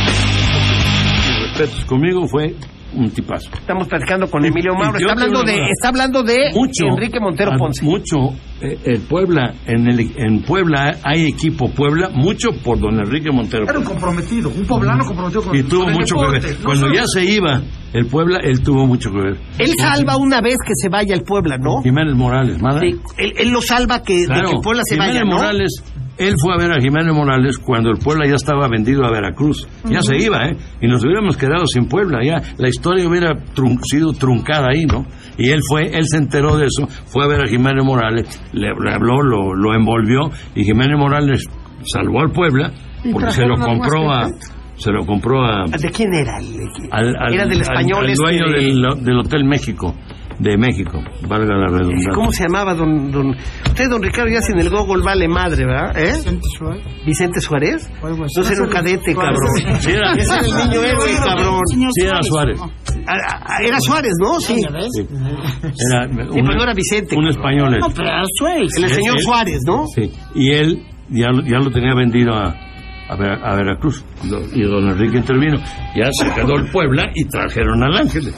Speaker 2: mis respetos conmigo fue un tipazo.
Speaker 1: Estamos platicando con Emilio Mauro,
Speaker 2: yo
Speaker 1: está
Speaker 2: te
Speaker 1: hablando
Speaker 2: digo
Speaker 1: de,
Speaker 2: una cosa.
Speaker 1: está hablando de
Speaker 2: mucho
Speaker 1: Eh, Enrique Montero
Speaker 2: a-
Speaker 1: Ponce.
Speaker 2: mucho eh, el Puebla en el en Puebla hay equipo Puebla mucho por don Enrique Montero
Speaker 7: Era un comprometido, un poblano comprometido con
Speaker 2: y tuvo
Speaker 7: con el
Speaker 2: mucho que
Speaker 7: deporte,
Speaker 2: ver
Speaker 7: no
Speaker 2: cuando
Speaker 7: solo-
Speaker 2: ya se iba el Puebla él tuvo mucho que ver
Speaker 1: Él salva una vez que se vaya el Puebla, ¿no?
Speaker 2: Jiménez Morales madre
Speaker 1: Sí, él, él lo salva que, de que el Puebla se
Speaker 2: Jiménez
Speaker 1: vaya, ¿no?
Speaker 2: Morales él fue a ver a Jiménez Morales cuando el Puebla ya estaba vendido a Veracruz ya se iba eh y nos hubiéramos quedado sin Puebla ya la historia hubiera trun- sido truncada ahí no y él fue él se enteró de eso fue a ver a Jiménez Morales le, le habló lo, lo envolvió y Jiménez Morales salvó al Puebla
Speaker 5: Y
Speaker 2: porque se
Speaker 5: trajeron
Speaker 2: lo
Speaker 5: a
Speaker 2: compró a
Speaker 5: Huastepec.
Speaker 2: se lo compró a
Speaker 1: ¿De quién era? el-
Speaker 2: al, al-
Speaker 1: era del
Speaker 2: al-
Speaker 1: español
Speaker 2: al
Speaker 1: este
Speaker 2: dueño
Speaker 1: de-
Speaker 2: del, del Hotel México de México valga la redundancia
Speaker 1: ¿Cómo se llamaba don, don... Usted, don Ricardo, ya sin el Google vale madre, ¿verdad? ¿Eh?
Speaker 4: Vicente Suárez.
Speaker 1: ¿Vicente Suárez?
Speaker 4: o algo así.
Speaker 1: No era un cadete, cabrón.
Speaker 2: Sí era-
Speaker 1: *laughs* Ese era el niño héroe, cabrón.
Speaker 2: Sí, era Suárez.
Speaker 1: Ah, ah, Era Suárez, ¿no? Sí.
Speaker 2: Sí. Era
Speaker 1: Sí, pero no era Vicente.
Speaker 2: Un español. él.
Speaker 1: No, pero era Suárez. El señor
Speaker 2: Sí.
Speaker 1: Suárez, ¿no?
Speaker 2: Sí. Y él ya, lo- ya lo tenía vendido a, a, Vera- a Veracruz. Lo- y don Enrique intervino. Ya se quedó el Puebla y trajeron al Ángeles.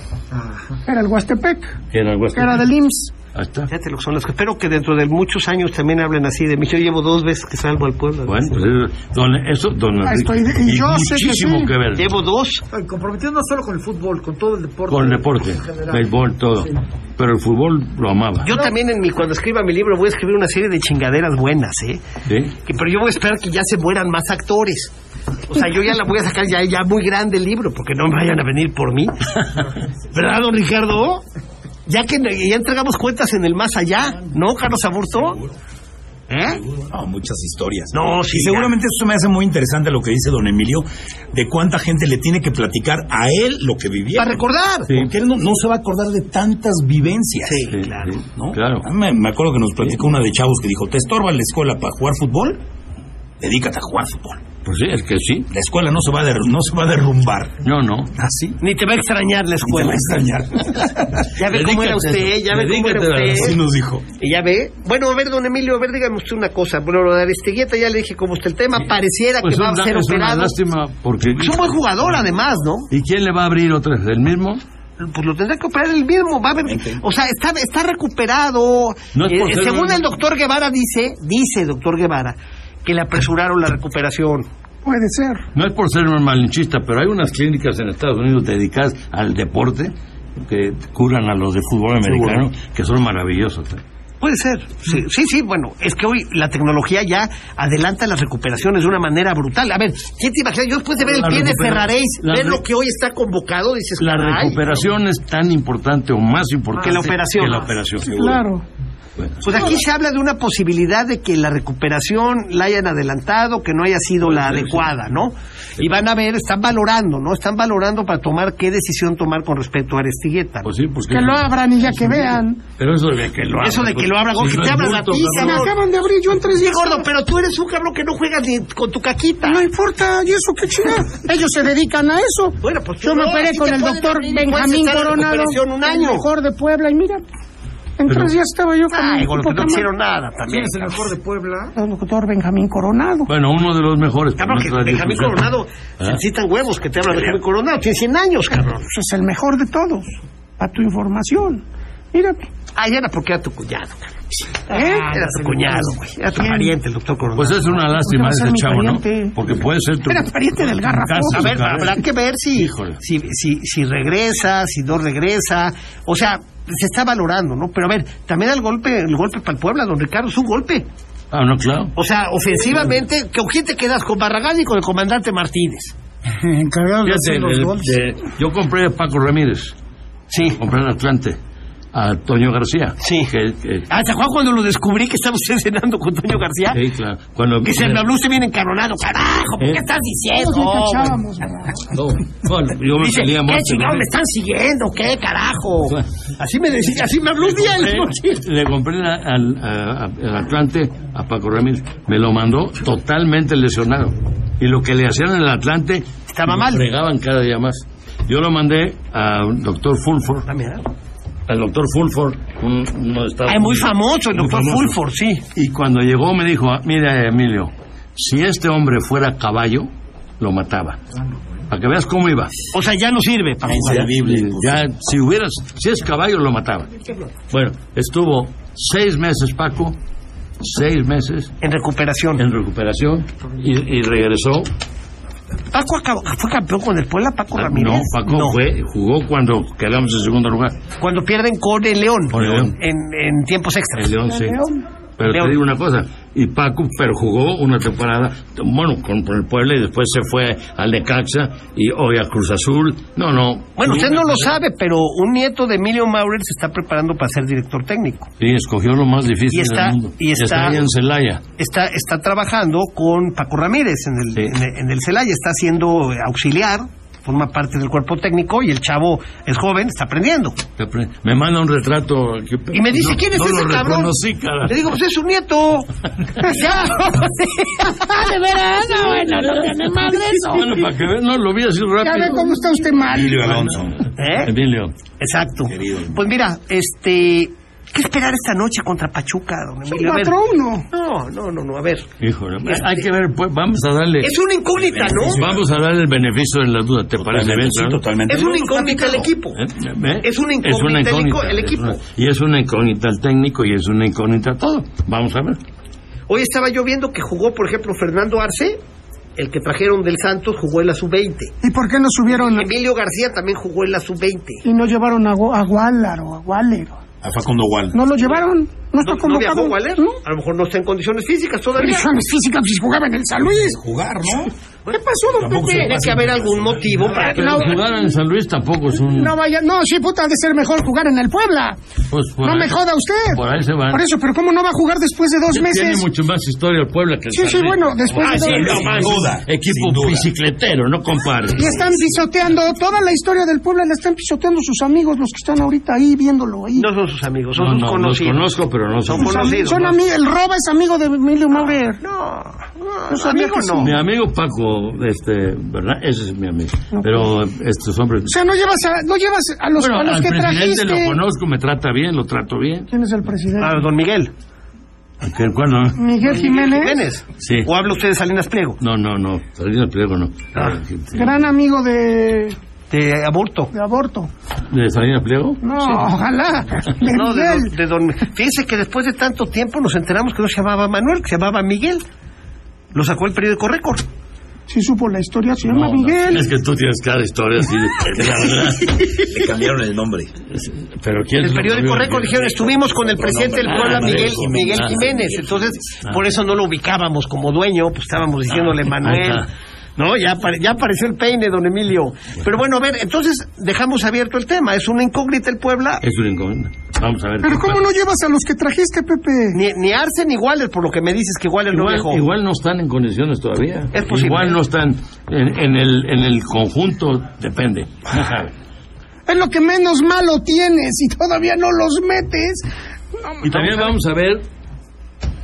Speaker 5: Era el Huastepec,
Speaker 2: Que era
Speaker 5: que era del IMSS.
Speaker 2: Ahí está.
Speaker 1: Fíjate lo que son las cosas. Espero que dentro de muchos años también hablen así de mí. Yo llevo dos veces que salvo al pueblo.
Speaker 2: Bueno, pues eso, don, eso, don
Speaker 5: Ah,
Speaker 2: Enrique.
Speaker 5: estoy- y
Speaker 2: Y
Speaker 5: yo sé que
Speaker 2: muchísimo
Speaker 5: sí.
Speaker 2: que, ver
Speaker 1: Llevo dos.
Speaker 7: Ay, Comprometido no solo con el fútbol, con todo el deporte.
Speaker 2: con el deporte,
Speaker 7: en general.
Speaker 2: béisbol, todo.
Speaker 7: Sí.
Speaker 2: Pero el fútbol lo amaba.
Speaker 1: Yo también en mi, cuando escriba mi libro voy a escribir una serie de chingaderas buenas, ¿eh?
Speaker 2: ¿sí?
Speaker 1: Que- pero yo voy a esperar que ya se mueran más actores. O sea, yo ya la voy a sacar ya, ya muy grande el libro, porque no me vayan a venir por mí. ¿Verdad, don Ricardo? Ya que ya entregamos cuentas en el más allá, ¿no, Carlos Aburto? ¿Eh?
Speaker 3: No, muchas historias.
Speaker 1: No, sí,
Speaker 3: Y
Speaker 1: ya.
Speaker 3: seguramente eso me hace muy interesante lo que dice don Emilio, de cuánta gente le tiene que platicar a él lo que vivía.
Speaker 1: Para recordar.
Speaker 2: Sí.
Speaker 3: Porque él no, no se va a acordar de tantas vivencias.
Speaker 1: Sí,
Speaker 2: Sí,
Speaker 1: claro.
Speaker 2: sí,
Speaker 3: ¿no?
Speaker 2: Claro.
Speaker 3: A mí Me, me acuerdo que nos platicó una de chavos que dijo, ¿te estorba la escuela para jugar fútbol? Dedícate a jugar fútbol.
Speaker 2: Pues sí, es que sí.
Speaker 3: La escuela no se va a, derru- no se va a derrumbar.
Speaker 2: No, no.
Speaker 3: ¿Así?
Speaker 1: Ni te va a extrañar la
Speaker 3: Te va
Speaker 1: escuela.
Speaker 3: a extrañar.
Speaker 1: *laughs* Ya ve cómo era usted, ya ve cómo era
Speaker 3: Así
Speaker 1: usted.
Speaker 3: nos dijo.
Speaker 1: Y ya ve. Bueno, a ver, don Emilio, a ver, dígame usted una cosa. Bueno, lo de Aristeguieta ya le dije cómo está el tema. Pareciera
Speaker 2: Pues
Speaker 1: que va a
Speaker 2: una-
Speaker 1: ser
Speaker 2: es una
Speaker 1: operado.
Speaker 2: lástima porque...
Speaker 1: Es un buen jugador, además, ¿no?
Speaker 2: ¿Y quién le va a abrir otra vez? ¿El mismo?
Speaker 1: Pues lo tendrá que operar el mismo. Va a haber, o sea, está, está recuperado.
Speaker 2: No es por
Speaker 1: Eh,
Speaker 2: ser
Speaker 1: según
Speaker 2: un-
Speaker 1: el doctor Guevara dice, dice el doctor Guevara, que le apresuraron la recuperación.
Speaker 5: Puede ser.
Speaker 2: No es por ser un malinchista, pero hay unas clínicas en Estados Unidos dedicadas al deporte que curan a los de fútbol americano que son maravillosos. ¿eh?
Speaker 1: Puede ser. Sí, sí, sí, bueno, es que hoy la tecnología ya adelanta las recuperaciones de una manera brutal. A ver, ¿quién te imagina? Yo después de ver el
Speaker 2: La
Speaker 1: pie de
Speaker 2: recupera-
Speaker 1: Ferraréis,
Speaker 2: la
Speaker 1: ver
Speaker 2: re-
Speaker 1: lo que hoy está convocado, dices,
Speaker 2: La
Speaker 1: "Caray".
Speaker 2: recuperación es tan importante o más importante
Speaker 1: Que la operación.
Speaker 2: que la operación.
Speaker 5: Claro.
Speaker 2: Bueno.
Speaker 1: Pues aquí se habla de una posibilidad de que la recuperación la hayan adelantado, que no haya sido la adecuada, ¿no? Y van a ver, están valorando, ¿no? Están valorando para tomar qué decisión tomar con respecto a Arestigueta.
Speaker 2: Pues sí, porque-
Speaker 5: Que lo abran y ya que vean.
Speaker 2: Pero eso de que lo abra.
Speaker 1: Eso de que
Speaker 2: pues,
Speaker 1: lo abra,
Speaker 2: si
Speaker 1: que
Speaker 2: no
Speaker 1: te
Speaker 2: es
Speaker 1: abran la
Speaker 2: bulto,
Speaker 1: pista.
Speaker 5: Se me
Speaker 1: cabrón.
Speaker 5: acaban de abrir yo en tres
Speaker 1: Sí,
Speaker 5: días.
Speaker 1: gordo, pero tú eres un cabrón que no juegas ni con tu caquita.
Speaker 5: No importa, ¿y eso qué chingada? Ellos se dedican a eso.
Speaker 1: Bueno, pues
Speaker 5: yo
Speaker 1: tú
Speaker 5: me
Speaker 1: no, a
Speaker 5: operé
Speaker 1: ti
Speaker 5: con
Speaker 1: te
Speaker 5: el
Speaker 1: pueden
Speaker 5: doctor
Speaker 1: abrir y puedes
Speaker 5: Benjamín
Speaker 1: estar en
Speaker 5: Coronado,
Speaker 1: recuperación un
Speaker 5: el
Speaker 1: año.
Speaker 5: mejor de Puebla, y mira, en
Speaker 2: Pero-
Speaker 5: tres días estaba yo con
Speaker 1: Ay,
Speaker 5: mi
Speaker 1: gordo, que
Speaker 5: poca
Speaker 1: no
Speaker 5: madre.
Speaker 1: hicieron nada
Speaker 7: ¿Quién
Speaker 1: también.
Speaker 7: es el mejor de Puebla?
Speaker 5: El doctor Benjamín Coronado.
Speaker 2: Bueno, uno de los mejores.
Speaker 1: Cabrón,
Speaker 2: por
Speaker 1: que
Speaker 2: nuestra
Speaker 1: Benjamín
Speaker 2: discusión.
Speaker 1: Coronado
Speaker 2: Ah.
Speaker 1: se necesitan huevos que te habla Benjamín Coronado. Tiene 100 años, cabrón.
Speaker 5: Pues es el mejor de todos, para tu información. Mírame.
Speaker 1: Ah, ya era porque era tu cuñado, cabrón.
Speaker 2: Ah,
Speaker 5: ¿Eh?
Speaker 1: Era tu cuñado, güey. Era tu
Speaker 5: ¿Quién?
Speaker 1: pariente, el doctor Coronado.
Speaker 2: Pues es una lástima
Speaker 5: va a ser
Speaker 2: ese
Speaker 5: mi
Speaker 2: chavo,
Speaker 5: pariente?
Speaker 2: ¿no? Porque puede ser tu.
Speaker 5: Era pariente del garrafón.
Speaker 2: Casa. Ah,
Speaker 1: A ver, habrá que ver si,
Speaker 2: Híjole.
Speaker 1: si, si, si regresa, si no regresa. O sea, se está valorando, ¿no? Pero a ver, también el golpe, el golpe para el Puebla, don Ricardo, es un golpe.
Speaker 2: Ah, no, claro.
Speaker 1: O sea, ofensivamente, ¿con quién te quedas? ¿Con Barragán y con el comandante Martínez?
Speaker 4: Encargado de
Speaker 2: Fíjate,
Speaker 4: hacer los
Speaker 2: el-
Speaker 4: goles.
Speaker 2: de- yo compré a Paco Ramírez.
Speaker 1: Sí.
Speaker 2: Compré en Atlante. A Toño García.
Speaker 1: Sí.
Speaker 2: Que- que-
Speaker 1: Ah, ¿se acuerda cuando lo descubrí que estaba usted cenando con Toño García?
Speaker 2: sí, claro. Cuando,
Speaker 1: Que se me habló usted bien encaronado. Carajo, ¿por qué
Speaker 2: Eh.
Speaker 1: estás diciendo?
Speaker 5: Todos le cachábamos, ¿verdad?
Speaker 2: No, bueno, yo me
Speaker 1: Dice,
Speaker 2: salía
Speaker 1: ¿qué
Speaker 2: más.
Speaker 1: chingado me están siguiendo? ¿Qué carajo? Así me decía, así me habló un día. el
Speaker 2: Eh,
Speaker 1: coche.
Speaker 2: Le compré la- al a- a- al Atlante a Paco Ramírez. Me lo mandó totalmente lesionado. Y lo que le hacían en el Atlante.
Speaker 1: Estaba
Speaker 2: lo
Speaker 1: mal.
Speaker 2: Fregaban cada día más. Yo lo mandé al doctor Fulford.
Speaker 1: Ah, mira.
Speaker 2: Al doctor Fulford, un- uno de Estados
Speaker 1: Ah, es muy
Speaker 2: Unidos.
Speaker 1: famoso el
Speaker 2: Muy
Speaker 1: doctor
Speaker 2: famoso.
Speaker 1: Fulford, sí.
Speaker 2: Y cuando llegó me dijo, "Ah, mira Emilio, si este hombre fuera caballo, lo mataba. Para que veas cómo iba.
Speaker 1: O sea, ya no sirve para jugar.
Speaker 2: Ya, si hubieras, si es caballo, lo mataba. Bueno, estuvo seis meses Paco, seis meses
Speaker 1: En recuperación.
Speaker 2: en recuperación y, y regresó.
Speaker 1: Paco acabó- fue campeón con el Puebla, Paco Ramírez.
Speaker 2: Ah, No, Paco fue- jugó cuando quedamos en segundo lugar.
Speaker 1: Cuando pierden con el León.
Speaker 2: Con el León.
Speaker 1: En, en tiempos extras.
Speaker 2: El León, sí. Pero
Speaker 1: León.
Speaker 2: te digo una cosa, y Paco, pero jugó una temporada, bueno, con, con el Puebla y después se fue al Necaxa y hoy a Cruz Azul. No, no.
Speaker 1: Bueno, usted no lo
Speaker 2: sabe.
Speaker 1: sabe, pero un nieto de Emilio Maurer se está preparando para ser director técnico.
Speaker 2: Sí, escogió lo más difícil
Speaker 1: Y está-
Speaker 2: del mundo.
Speaker 1: y está-
Speaker 2: ahí en Celaya.
Speaker 1: Está, está trabajando con Paco Ramírez en el,
Speaker 2: Sí.
Speaker 1: en el- en el Celaya, está siendo eh, auxiliar, forma parte del cuerpo técnico y el chavo es joven, está aprendiendo.
Speaker 2: Te pre- Me manda un retrato. que-
Speaker 1: Y me dice,
Speaker 2: no-
Speaker 1: ¿quién es
Speaker 2: no
Speaker 1: ese
Speaker 2: lo
Speaker 1: cabrón?
Speaker 2: reconocí, cara.
Speaker 1: Le digo, pues es su nieto. ya,
Speaker 5: de veras, no, bueno, no tiene
Speaker 1: *laughs*
Speaker 5: madre eso.
Speaker 2: Bueno, para que veas, no lo vi así
Speaker 5: Ya ve
Speaker 2: rápido.
Speaker 5: cómo está usted mal.
Speaker 3: Emilio Alonso.
Speaker 1: ¿Eh?
Speaker 2: Emilio,
Speaker 1: Exacto.
Speaker 3: Querido.
Speaker 1: Pues mira, este, ¿qué esperar esta noche contra Pachuca, don
Speaker 5: Es un
Speaker 1: Emilio? A ver.
Speaker 5: 4-1.
Speaker 1: No, no, no, no, a ver.
Speaker 2: híjole, hay que ver, pues, vamos a darle,
Speaker 1: Es una incógnita, ¿no?
Speaker 2: vamos a darle el beneficio de la duda, ¿te parece bien?
Speaker 3: Sí,
Speaker 2: claro?
Speaker 3: totalmente.
Speaker 1: Es una incógnita el equipo.
Speaker 2: ¿Eh? ¿Eh?
Speaker 1: Es una incógnita el equipo- el equipo.
Speaker 2: es una- y es una incógnita el técnico y es una incógnita todo. Vamos a ver.
Speaker 1: Hoy estaba yo viendo que jugó, por ejemplo, Fernando Arce, el que trajeron del Santos, jugó en la sub-20.
Speaker 5: ¿Y por qué no subieron a-
Speaker 1: Emilio García también jugó en la sub-20.
Speaker 5: y no llevaron a, Go- a Waller o a Waller?
Speaker 3: A Facundo Wall.
Speaker 5: No lo llevaron. No
Speaker 1: ¿No,
Speaker 5: está
Speaker 1: no
Speaker 5: convocado.
Speaker 1: viajó Waller? A lo mejor no está en condiciones físicas todavía.
Speaker 5: Condiciones físicas, pues jugaba en el San Luis.
Speaker 3: Jugar, ¿no?
Speaker 5: ¿Qué pasó, don
Speaker 3: Tampoco
Speaker 5: Pepe?
Speaker 3: se
Speaker 1: Tiene que haber algún motivo para que...
Speaker 2: Pero jugar en San Luis tampoco es un...
Speaker 5: No vaya, no, sí, puta, ha de ser mejor jugar en el Puebla.
Speaker 2: pues, por
Speaker 5: No
Speaker 2: ahí-
Speaker 5: me joda usted.
Speaker 2: Por ahí se van.
Speaker 5: Por eso, pero ¿cómo no va a jugar después de dos
Speaker 2: Tiene
Speaker 5: meses?
Speaker 2: mucho más historia el Puebla que el
Speaker 5: Sí,
Speaker 2: San
Speaker 5: sí,
Speaker 2: Luis.
Speaker 5: bueno, después
Speaker 2: Ah,
Speaker 5: de
Speaker 2: sí,
Speaker 5: dos
Speaker 2: no,
Speaker 3: Sin
Speaker 2: más,
Speaker 3: duda, sin
Speaker 2: Equipo
Speaker 3: duda.
Speaker 2: bicicletero, no compares.
Speaker 5: Y están pisoteando toda la historia del Puebla, la están pisoteando sus amigos, los que están ahorita ahí viéndolo ahí.
Speaker 1: No son sus amigos, son
Speaker 2: No,
Speaker 1: sus
Speaker 2: no, los
Speaker 1: conocidos.
Speaker 2: conozco, pero no son.
Speaker 1: Son conocidos,
Speaker 5: Son
Speaker 1: ¿no?
Speaker 5: ami- el roba es amigo de Emilio Maurer.
Speaker 1: No, no,
Speaker 5: Los
Speaker 1: amigo
Speaker 5: amigos
Speaker 1: no.
Speaker 2: Mi amigo Paco, este, ¿verdad? Ese es mi amigo. Pero estos hombres.
Speaker 5: O sea, no llevas a, no llevas a los,
Speaker 2: Bueno,
Speaker 5: a los
Speaker 2: al
Speaker 5: que
Speaker 2: presidente lo
Speaker 5: trajiste.
Speaker 2: conozco, me trata bien, lo trato bien.
Speaker 5: ¿Quién es el presidente?
Speaker 1: Ah, don Miguel.
Speaker 2: Aquel, ¿Cuándo?
Speaker 5: Miguel Jiménez,
Speaker 1: Jiménez.
Speaker 2: Sí.
Speaker 1: ¿O habla usted de Salinas Pliego?
Speaker 2: No, no, no. Salinas Pliego no.
Speaker 5: gran amigo de,
Speaker 1: De aborto.
Speaker 5: de aborto.
Speaker 2: ¿De Salinas Pliego?
Speaker 5: No,
Speaker 2: *laughs*
Speaker 5: ojalá. De
Speaker 1: No, de
Speaker 5: Miguel.
Speaker 1: don, de don- Fíjese que después de tanto tiempo nos enteramos que no se llamaba Manuel, que se llamaba Miguel. Lo sacó el periódico Récord.
Speaker 5: Sí supo la historia, se llama
Speaker 2: No, no.
Speaker 5: Miguel.
Speaker 2: Es que tú tienes cada historia así. de- de la verdad.
Speaker 3: Le cambiaron el nombre.
Speaker 2: Pero ¿quién
Speaker 1: El
Speaker 2: lo
Speaker 1: periódico
Speaker 2: cambió?
Speaker 1: Récord dijeron, estuvimos con el presidente del Puebla,
Speaker 2: Ah,
Speaker 1: Miguel,
Speaker 2: Miguel
Speaker 1: Miguel
Speaker 2: Jiménez.
Speaker 1: Jiménez. Entonces, por eso no lo ubicábamos como dueño, pues estábamos diciéndole Manuel.
Speaker 2: Ajá.
Speaker 1: No, ya, apare- ya apareció el peine, don Emilio. Pero bueno, a ver, entonces dejamos abierto el tema. Es una incógnita el Puebla.
Speaker 2: Es un encomienda. Vamos a ver.
Speaker 5: Pero
Speaker 2: qué
Speaker 5: ¿cómo
Speaker 2: pasa.
Speaker 5: no llevas a los que trajiste, Pepe?
Speaker 1: Ni, ni Arce ni Waller, por lo que me dices que Waller lo dejó.
Speaker 2: Igual, igual no están en condiciones todavía.
Speaker 1: Es posible.
Speaker 2: Igual no están en, en el, en el conjunto, depende. No sabe.
Speaker 5: Es lo que menos malo tienes y todavía no los metes.
Speaker 2: Y también vamos a ver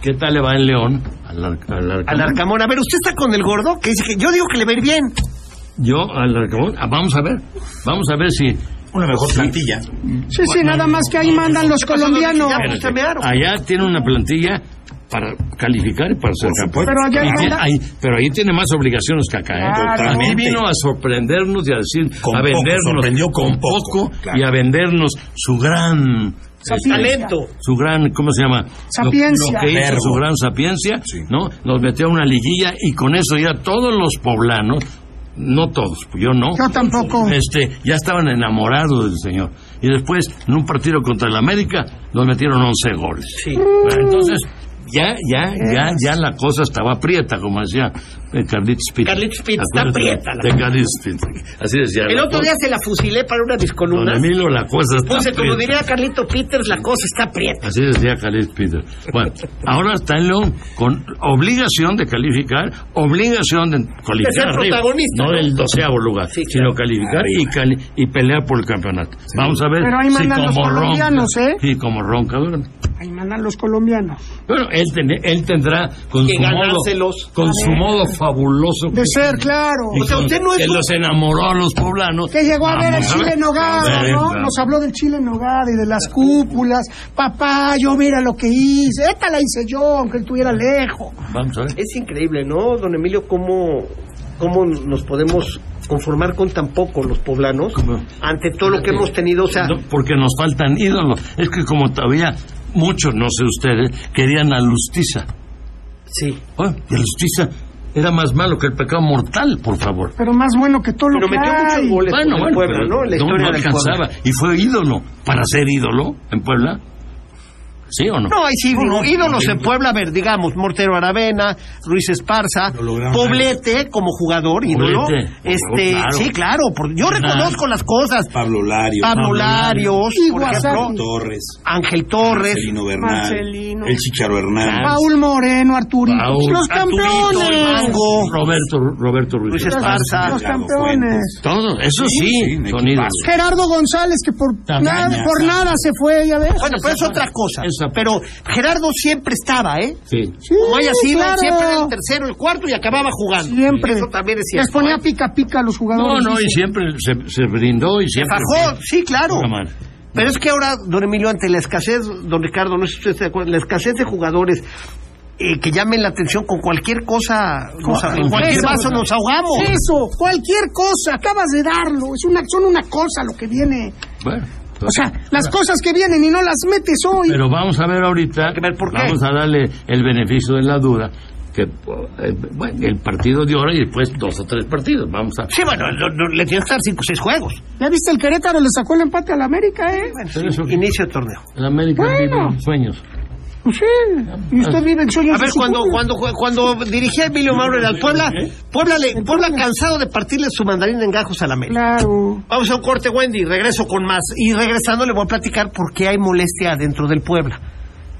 Speaker 2: qué tal le va el León al, Ar- al Arcamón.
Speaker 1: Al Arcamón. A ver, usted está con el gordo, que dice que yo digo que le va a ir bien.
Speaker 2: Yo al Arcamón. Ah, vamos a ver. Vamos a ver si
Speaker 3: Una mejor plantilla.
Speaker 5: Sí, sí, nada más que ahí mandan los colombianos.
Speaker 1: Ya, pues, chamearon.
Speaker 2: allá tiene una plantilla para calificar y para ser campeón.
Speaker 5: Pues, Pero allá
Speaker 2: Y
Speaker 5: no
Speaker 2: tiene-
Speaker 5: anda-
Speaker 2: ahí, pero ahí tiene más obligaciones que acá. ¿eh?
Speaker 5: Claro.
Speaker 2: Aquí vino a sorprendernos y a decir,
Speaker 3: Con
Speaker 2: a
Speaker 3: poco,
Speaker 2: vendernos
Speaker 3: sorprendió con poco, claro.
Speaker 2: y a vendernos su gran este,
Speaker 5: Sapiencia.
Speaker 2: talento, su gran, ¿cómo se llama? Lo-
Speaker 5: Sapiencia.
Speaker 2: Lo, que hizo,
Speaker 3: Verbo.
Speaker 2: su gran sapiencia,
Speaker 3: Sí.
Speaker 2: ¿no? Nos metió a una liguilla y con eso ya todos los poblanos, no todos, yo no,
Speaker 5: Yo tampoco.
Speaker 2: este, ya estaban enamorados del señor. Y después, en un partido contra el América, nos metieron 11 goles. Entonces, ya, ya, ya, ya la cosa estaba aprieta, como decía eh, Carlitos Pitt.
Speaker 1: Carlitos Pitt, está aprieta la
Speaker 2: De Carlitos Pitt. Así decía.
Speaker 1: El
Speaker 2: la
Speaker 1: otro
Speaker 2: cosa.
Speaker 1: día se la fusilé para una
Speaker 2: Don
Speaker 1: discolumna.
Speaker 2: Emilio, la cosa está
Speaker 1: Puse, como
Speaker 2: aprieta.
Speaker 1: diría Carlito Peters, la cosa está prieta.
Speaker 2: Así decía Carlitos Peter. Bueno, ahora está en León con obligación de calificar, obligación de
Speaker 1: De ser
Speaker 2: calificar arriba,
Speaker 1: protagonista,
Speaker 2: no
Speaker 1: ¿no?
Speaker 2: del doceavo lugar,
Speaker 1: Sí,
Speaker 2: sino calificar y, cali- y pelear por el campeonato. Vamos a ver
Speaker 5: Pero ahí
Speaker 2: si
Speaker 5: mandan los
Speaker 2: como ronca,
Speaker 5: colombianos, ¿eh?
Speaker 2: sí, como ronca duerme.
Speaker 5: Ahí mandan los colombianos.
Speaker 2: Bueno, él, ten- él tendrá con
Speaker 1: Que
Speaker 2: su modo,
Speaker 1: ganárselos.
Speaker 2: con su modo fabuloso.
Speaker 5: De ser, claro.
Speaker 2: y
Speaker 1: o sea,
Speaker 2: con-
Speaker 1: usted no es
Speaker 2: que
Speaker 1: un-
Speaker 2: los enamoró a los poblanos.
Speaker 5: Que llegó a ver el
Speaker 2: Vamos
Speaker 5: chile en
Speaker 2: A
Speaker 5: nogada,
Speaker 2: ver,
Speaker 5: ¿no?
Speaker 2: claro.
Speaker 5: Nos habló del chile en nogada y de las cúpulas. Papá, yo mira lo que hice. Esta la hice yo, aunque él estuviera lejos.
Speaker 2: Vamos a ver.
Speaker 1: Es increíble, ¿no, don Emilio, cómo, cómo nos podemos conformar con tan poco los poblanos
Speaker 2: ¿Cómo?
Speaker 1: ante todo lo que hemos tenido? O sea,
Speaker 2: No, porque nos faltan ídolos. Es que como todavía muchos, no sé ustedes, querían a Lustiza.
Speaker 1: sí.
Speaker 2: Bueno, y Lustiza era más malo que el pecado mortal, por favor.
Speaker 5: Pero más bueno que todo lo
Speaker 1: Pero
Speaker 5: que
Speaker 1: metió muchos
Speaker 5: hay.
Speaker 1: goles con
Speaker 2: Bueno,
Speaker 1: el
Speaker 2: bueno,
Speaker 1: Puebla,
Speaker 2: pero
Speaker 1: ¿no? En La
Speaker 2: no-
Speaker 1: historia
Speaker 2: no
Speaker 1: del
Speaker 2: alcanzaba.
Speaker 1: Puebla.
Speaker 2: Y fue ídolo. Para ser ídolo en Puebla. ¿Sí o no?
Speaker 1: No, ahí sí, ídolos en Puebla, a ver, digamos, Mortero Aravena, Ruiz Esparza,
Speaker 3: Lo lograron.
Speaker 1: Poblete como jugador, ídolo.
Speaker 2: Poblete, por
Speaker 1: Este,
Speaker 2: favor, claro.
Speaker 1: sí, claro, por- yo
Speaker 2: Claro.
Speaker 1: reconozco las cosas.
Speaker 3: Pablo Lario.
Speaker 1: Pablo Larios,
Speaker 5: Y
Speaker 1: por
Speaker 5: Guasave.
Speaker 1: ejemplo,
Speaker 3: Torres.
Speaker 1: Ángel Torres,
Speaker 3: Marcelino Bernal.
Speaker 5: Marcelino.
Speaker 3: El Chicharo Hernández.
Speaker 5: Paul Moreno, Arturito.
Speaker 2: Paul,
Speaker 5: los
Speaker 2: Arturito,
Speaker 5: campeones.
Speaker 1: Mango,
Speaker 2: Roberto, Roberto Ruiz.
Speaker 1: Ruiz
Speaker 3: Esparza.
Speaker 5: Los
Speaker 3: Thiago
Speaker 5: campeones.
Speaker 2: Todos, eso sí,
Speaker 3: Sí, sí,
Speaker 2: son
Speaker 3: equipazo.
Speaker 2: ídolos.
Speaker 5: Gerardo González, que por,
Speaker 2: Tamaña,
Speaker 5: nada, por nada se fue, ya ves.
Speaker 1: Bueno, pues, pero es otra cosa.
Speaker 2: Esa-
Speaker 1: Pero Gerardo siempre estaba, ¿eh?
Speaker 2: Sí.
Speaker 5: Sí,
Speaker 1: Como haya sido,
Speaker 5: claro.
Speaker 1: siempre era el tercero, el cuarto y acababa jugando.
Speaker 5: Siempre.
Speaker 1: Eso también es
Speaker 5: Les
Speaker 1: cierto. ¿eh?
Speaker 5: ponía pica pica a los
Speaker 2: No,
Speaker 5: jugadores.
Speaker 2: no, y siempre se, se brindó y
Speaker 1: Se
Speaker 2: siempre...
Speaker 1: fajó, sí, claro.
Speaker 2: Nada más.
Speaker 1: Pero es que ahora, don Emilio, ante la escasez, don Ricardo, no sé si usted está de acuerdo, la escasez de jugadores eh, que llamen la atención con cualquier cosa, nos- en cualquier
Speaker 5: eso.
Speaker 1: vaso nos ahogamos.
Speaker 5: Eso, cualquier cosa, acabas de darlo. Es una, son una cosa lo que viene.
Speaker 2: Bueno.
Speaker 5: O sea, las cosas que vienen y no las metes hoy.
Speaker 2: Pero vamos a ver ahorita,
Speaker 1: que ver por qué.
Speaker 2: vamos a darle el beneficio de la duda, que eh, bueno, el partido de ahora y después dos o tres partidos, vamos a...
Speaker 1: Sí, bueno, lo- lo- le tienes que dar cinco o seis juegos.
Speaker 5: ¿Ya viste el Querétaro? Le sacó el empate al América, ¿eh?
Speaker 2: Pero eso-
Speaker 1: Inicio el torneo.
Speaker 2: el América
Speaker 5: Bueno.
Speaker 2: vive sueños.
Speaker 5: Pues Sí, y
Speaker 2: Ah.
Speaker 5: usted vive el sueño
Speaker 1: A
Speaker 5: de
Speaker 1: ver,
Speaker 5: su
Speaker 1: cuando,
Speaker 5: juventud.
Speaker 1: cuando, cuando dirigía Emilio Mauro al Puebla, Puebla, le- Puebla cansado de partirle su mandarín en gajos a la América.
Speaker 5: Claro.
Speaker 1: Vamos a un corte, Wendy, regreso con más. Y regresando le voy a platicar por qué hay molestia dentro del Puebla.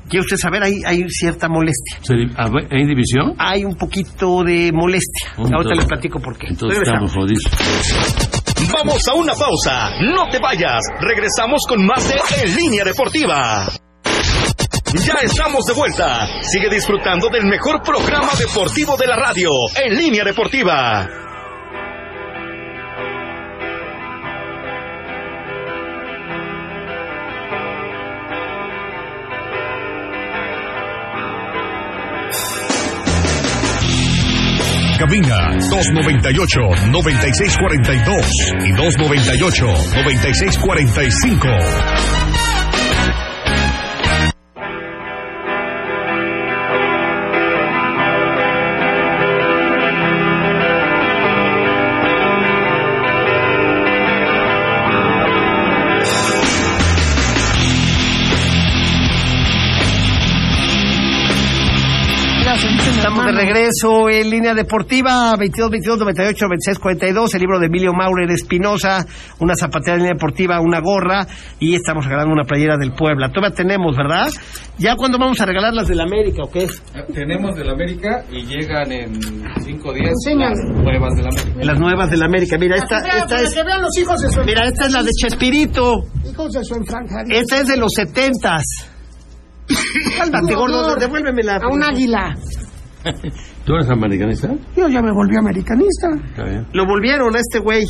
Speaker 1: Quiere usted saber, hay, hay cierta molestia.
Speaker 2: Se di- a ver, ¿Hay división?
Speaker 1: Hay un poquito de molestia.
Speaker 2: Entonces-
Speaker 1: Ah, Ahorita le platico por qué.
Speaker 2: Entonces
Speaker 1: Regresamos.
Speaker 2: estamos jodidos.
Speaker 6: Vamos a una pausa. No te vayas. Regresamos con más de En Línea Deportiva. Ya estamos de vuelta. Sigue disfrutando del mejor programa deportivo de la radio, En Línea Deportiva.
Speaker 8: Cabina 298-9642 y 298-9645.
Speaker 1: Estamos de regreso en línea deportiva 22 22 98 26 42 el libro de Emilio Maurer Espinosa una zapatera en línea deportiva una gorra y estamos regalando una playera del Puebla todavía tenemos verdad ya cuándo vamos a regalar las del América o qué es
Speaker 9: Tenemos del América y llegan en 5 días
Speaker 5: Enseñan.
Speaker 9: las nuevas del América.
Speaker 1: las nuevas del América mira esta
Speaker 5: Para que vean-
Speaker 1: esta
Speaker 5: para
Speaker 1: es
Speaker 5: que vean los hijos de su
Speaker 1: mira esta es la de Chespirito
Speaker 5: hijos de su enfranjadilla.
Speaker 1: esta es de los setentas cálmate gordo devuélveme la
Speaker 5: A un águila.
Speaker 2: ¿Tú eres americanista?
Speaker 5: Yo ya me volví americanista.
Speaker 2: Está bien.
Speaker 1: lo volvieron a este güey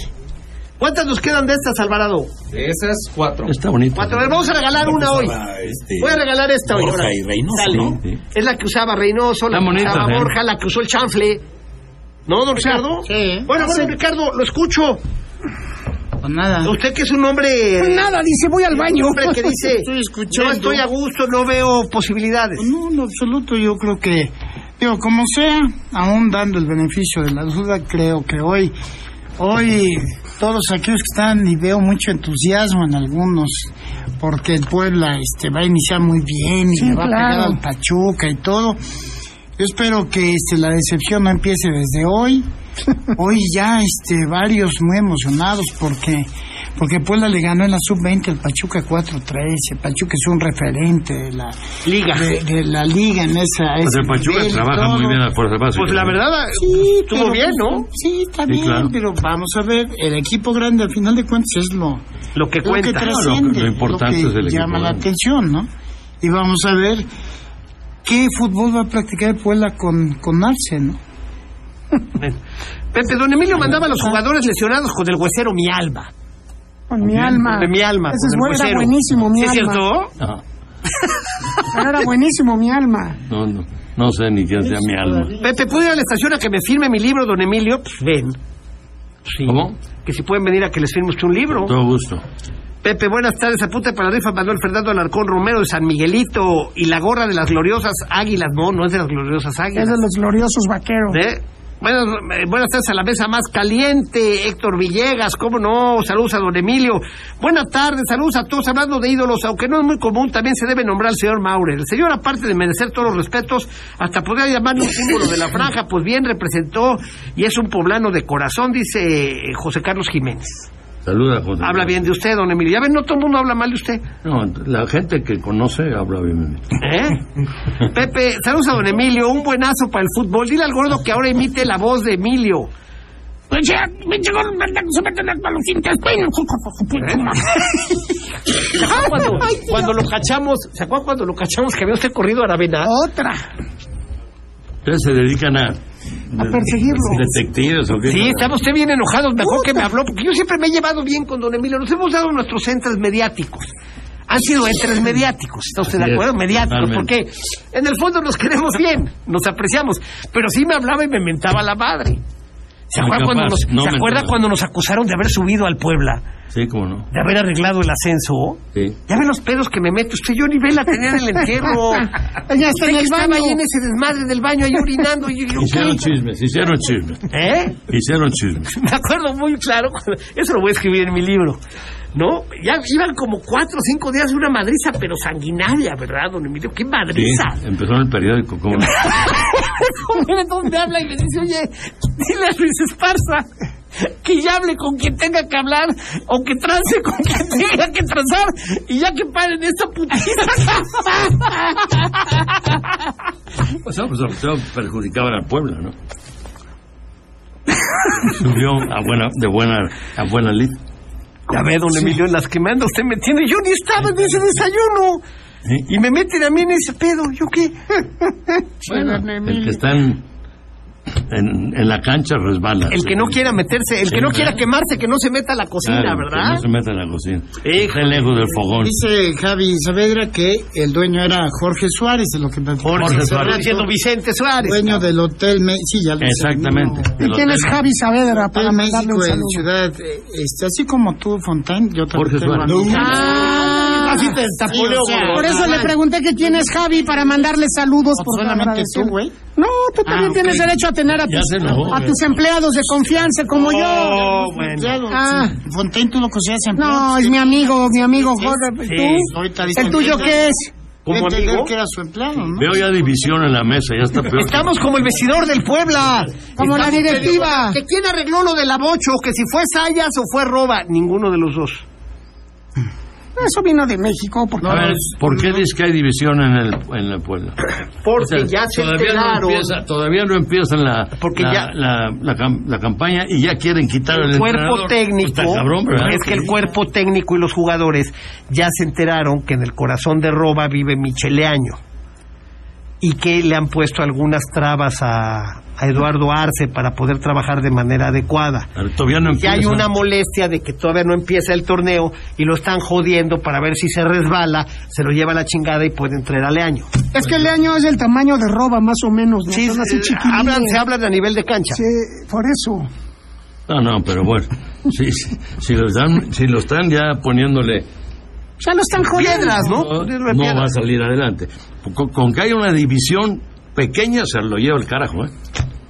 Speaker 1: ¿Cuántas nos quedan de estas, Alvarado?
Speaker 9: De esas, 4.
Speaker 2: Está bonito.
Speaker 1: Cuatro. Les Vamos a regalar una hoy. Voy a regalar esta hoy.
Speaker 3: Borja
Speaker 1: ahora.
Speaker 3: y Reynoso,
Speaker 1: Sale.
Speaker 3: ¿no?
Speaker 2: Sí.
Speaker 1: Es la que usaba Reynoso, la
Speaker 2: Está
Speaker 1: que
Speaker 2: bonita,
Speaker 1: usaba
Speaker 2: ¿eh?
Speaker 1: Borja, la que usó el chanfle. ¿No, don Ricardo?
Speaker 4: sí.
Speaker 1: Bueno, bueno, Ricardo, lo escucho.
Speaker 4: Pues nada.
Speaker 5: Ah.
Speaker 1: Usted que es un hombre...
Speaker 5: Nada, dice, voy al baño.
Speaker 1: Un hombre que
Speaker 5: *laughs*
Speaker 1: dice,
Speaker 4: Estoy escuchando.
Speaker 1: no estoy a gusto, no veo posibilidades.
Speaker 4: No, en lo absoluto, yo creo que, digo, como sea, aún dando el beneficio de la duda, creo que hoy, hoy todos aquellos que están y veo mucho entusiasmo en algunos, porque el Puebla este, va a iniciar muy bien y
Speaker 5: Sí,
Speaker 4: le va a pegar
Speaker 5: claro.
Speaker 4: al Pachuca y todo. Yo espero que este, la decepción no empiece desde
Speaker 1: *laughs*
Speaker 4: hoy. Hoy ya este, varios muy emocionados porque porque Puebla le ganó en la sub-20 al Pachuca 4-3. El Pachuca es un referente de la
Speaker 1: Liga.
Speaker 4: de, de la liga en esa.
Speaker 2: Pues
Speaker 4: ese
Speaker 2: el Pachuca
Speaker 4: nivel y
Speaker 2: trabaja
Speaker 4: todo.
Speaker 2: muy bien las fuerzas básicas.
Speaker 1: Pues la verdad,
Speaker 4: Sí,
Speaker 1: estuvo
Speaker 4: pero- pues,
Speaker 1: bien, ¿no?
Speaker 4: Sí, está
Speaker 2: Sí,
Speaker 4: bien,
Speaker 2: claro.
Speaker 4: pero vamos a ver, el equipo grande al final de cuentas es lo,
Speaker 1: Lo que
Speaker 4: lo que
Speaker 1: cuenta.
Speaker 4: trasciende,
Speaker 2: lo importante
Speaker 4: lo
Speaker 2: es
Speaker 4: que
Speaker 2: el equipo
Speaker 4: llama la
Speaker 2: grande.
Speaker 4: atención, ¿no? Y vamos a ver qué fútbol va a practicar el Puebla con, con Arce, ¿no?
Speaker 1: Pepe, don Emilio mandaba a los jugadores lesionados con el huesero mi alma.
Speaker 5: Con mi alma.
Speaker 1: De mi alma,
Speaker 5: Ese
Speaker 1: con el
Speaker 5: es bueno, era
Speaker 1: huesero.
Speaker 5: buenísimo, mi
Speaker 1: ¿Sí ¿Es
Speaker 5: alma.
Speaker 1: cierto?
Speaker 2: Ah,
Speaker 5: Pero *laughs* era buenísimo, mi alma.
Speaker 2: no, no, no sé ni quién sea mi alma.
Speaker 1: Pepe, ¿puedo ir a la estación a que me firme mi libro, don Emilio? Pues ven. Sí.
Speaker 2: ¿Cómo?
Speaker 1: Que si pueden venir a que les firme usted un libro.
Speaker 2: Todo gusto.
Speaker 1: Pepe, buenas tardes. Apunte para la rifa Manuel Fernando Alarcón Romero de San Miguelito y la gorra de las gloriosas águilas. No, no es de las gloriosas
Speaker 5: Es
Speaker 1: águilas.
Speaker 5: de los gloriosos vaqueros.
Speaker 1: ¿Eh? Buenas, eh, buenas tardes a la mesa más caliente, Héctor Villegas, cómo no, saludos a don Emilio. Buenas tardes, saludos a todos, hablando de ídolos, aunque no es muy común, también se debe nombrar al señor Maurer. El señor, aparte de merecer todos los respetos, hasta podría llamarle un símbolo de la franja, pues bien representó y es un poblano de corazón, dice eh, José Carlos Jiménez.
Speaker 2: Saluda, José.
Speaker 1: Habla bien de usted, don Emilio. Ya ven, no todo el mundo habla mal de usted.
Speaker 2: No, la gente que conoce habla bien.
Speaker 1: ¿Eh? Pepe, saludos a don Emilio, un buenazo para el fútbol. Dile al gordo que ahora emite la voz de Emilio. ¿Se acuerdan cuando, cuando lo cachamos? ¿Se acuerdan cuando lo cachamos que había usted corrido a Aravena?
Speaker 5: Otra.
Speaker 2: Ustedes se dedican a...
Speaker 5: A perseguirlo.
Speaker 2: ¿Detectives o qué?
Speaker 1: Sí, estaba usted bien enojado, mejor que me habló, porque yo siempre me he llevado bien con don Emilio. Nos hemos dado nuestros centros mediáticos. Han sido entres mediáticos, ¿está usted
Speaker 2: Así
Speaker 1: de
Speaker 2: es,
Speaker 1: acuerdo? Mediáticos,
Speaker 2: totalmente.
Speaker 1: porque en el fondo nos queremos bien, nos apreciamos, pero sí me hablaba y me mentaba la madre. ¿Se
Speaker 2: Ay,
Speaker 1: acuerda, cuando
Speaker 2: capaz,
Speaker 1: nos,
Speaker 2: no
Speaker 1: ¿se
Speaker 2: me
Speaker 1: acuerda
Speaker 2: enteraba.
Speaker 1: cuando nos acusaron de haber subido al Puebla,
Speaker 2: Sí, cómo no.
Speaker 1: de haber arreglado el ascenso?
Speaker 2: Sí.
Speaker 1: Ya ve los pedos que me meto. Usted, yo ni ve la tenía en el
Speaker 2: *laughs*
Speaker 1: entierro.
Speaker 5: Ella está
Speaker 1: Usted
Speaker 5: en
Speaker 1: que
Speaker 5: el
Speaker 1: estaba
Speaker 5: baño.
Speaker 1: ahí en ese desmadre del baño, ahí orinando. y yo, yo,
Speaker 2: Hicieron
Speaker 1: ¿qué?
Speaker 2: chismes, hicieron chismes.
Speaker 1: ¿Eh? *laughs*
Speaker 2: Hicieron chismes.
Speaker 1: Me acuerdo muy claro. Eso lo voy a escribir en mi libro. ¿no? Ya iban como cuatro o cinco días de una madriza, pero sanguinaria, ¿verdad, don Emilio? ¡Qué madriza! *laughs*
Speaker 2: Sí, empezó en el periódico. ¿cómo?
Speaker 1: Mira dónde habla y le dice, oye, dile a Luis Esparza que ya hable con quien tenga que hablar o que trance *laughs* con quien tenga que transar y ya que paren esta putita.
Speaker 2: Pues, no, pues, sobre todo perjudicaban al pueblo,
Speaker 1: *laughs*
Speaker 2: ¿no? Subió a buena, de buena, a buena lid.
Speaker 1: Ya ve, don Emilio, en las que me anda usted metiendo. Yo ni estaba en ese desayuno. Y me meten a mí en ese pedo. ¿Yo qué?
Speaker 2: Bueno, el que está en, en, en la cancha resbala.
Speaker 1: El que no quiera meterse, el que no quiera quemarse, que no se meta a la cocina,
Speaker 2: Claro, que
Speaker 1: ¿verdad?
Speaker 2: no se meta en la cocina. Está lejos del fogón.
Speaker 4: Dice Javi Saavedra que el dueño era Jorge Suárez, de lo que me
Speaker 2: Jorge Suárez.
Speaker 1: Haciendo Vicente Suárez.
Speaker 4: Dueño del hotel. Me... Sí, ya lo sé,
Speaker 2: Exactamente.
Speaker 4: no.
Speaker 2: El
Speaker 5: ¿Quién es
Speaker 2: hotel.
Speaker 5: Javi Saavedra para
Speaker 4: Hotel
Speaker 5: mandarle
Speaker 4: México
Speaker 5: un
Speaker 4: en
Speaker 5: saludo?
Speaker 4: Ciudad, eh, este, así como tú, Fontaine, yo
Speaker 2: Jorge
Speaker 4: también tengo amigos.
Speaker 2: Suárez.
Speaker 1: Ah, así te taponeo,
Speaker 4: Sí, o sea,
Speaker 1: gordo.
Speaker 5: Por eso le pregunté que quién es Javi para mandarle saludos.
Speaker 4: O
Speaker 5: Por
Speaker 4: solamente tú, güey.
Speaker 5: No, tú también
Speaker 4: Ah, ok.
Speaker 5: tienes derecho a tener a
Speaker 2: Ya
Speaker 5: tus,
Speaker 2: se enojó,
Speaker 5: a
Speaker 2: güey.
Speaker 5: tus empleados de confianza como yo.
Speaker 4: Oh, bueno. Ya lo-
Speaker 5: Ah.
Speaker 4: sí. Fontaine, tú lo consideras empleado.
Speaker 5: No, es mi amigo, mi amigo Jorge.
Speaker 4: Sí,
Speaker 5: ¿Tú?
Speaker 4: ahorita dice-
Speaker 5: ¿El tuyo qué es?
Speaker 4: De
Speaker 2: ¿Como
Speaker 4: entender
Speaker 2: amigo?
Speaker 4: que era su empleado, ¿no?
Speaker 2: Veo ya división en la mesa, ya está peor.
Speaker 1: Estamos como el vestidor del Puebla.
Speaker 5: Como
Speaker 1: Estamos
Speaker 5: la directiva.
Speaker 1: peleando. Que quién arregló lo de la bocho, que si fue Sayas o fue Roba, ninguno de los dos.
Speaker 5: Hmm. Eso vino de México. Porque...
Speaker 2: A ver, ¿por qué dices que hay división en el, en el pueblo?
Speaker 1: Porque
Speaker 2: O sea,
Speaker 1: ya se
Speaker 2: todavía
Speaker 1: enteraron.
Speaker 2: No empieza, todavía no empiezan la,
Speaker 1: Porque
Speaker 2: la,
Speaker 1: ya-
Speaker 2: la, la cam- la campaña y ya quieren quitar el
Speaker 1: el cuerpo
Speaker 2: entrenador.
Speaker 1: técnico,
Speaker 2: Está cabrón, ¿verdad?
Speaker 1: es que el cuerpo técnico y los jugadores ya se enteraron que en el corazón de Roba vive Micheleaño y que le han puesto algunas trabas a, a Eduardo Arce para poder trabajar de manera adecuada.
Speaker 2: Pero Todavía no
Speaker 1: Que
Speaker 2: empieza.
Speaker 1: hay una molestia de que todavía no empieza el torneo y lo están jodiendo para ver si se resbala, se lo lleva a la chingada y puede entrar al año.
Speaker 5: Es que el año es el tamaño de roba, más o menos. ¿no?
Speaker 1: Sí,
Speaker 5: Son así
Speaker 1: eh,
Speaker 5: chiquilines.
Speaker 1: hablan, se hablan a nivel de cancha.
Speaker 5: Sí, por eso.
Speaker 2: No, no, pero bueno. *laughs* Si, si, si lo, están, si lo están ya poniéndole
Speaker 5: Ya lo están jodiendo.
Speaker 1: Piedras, ¿no? pues,
Speaker 2: no,
Speaker 1: Piedras.
Speaker 2: no va a salir adelante. Con, con que haya una división pequeña se lo lleva el carajo, ¿eh?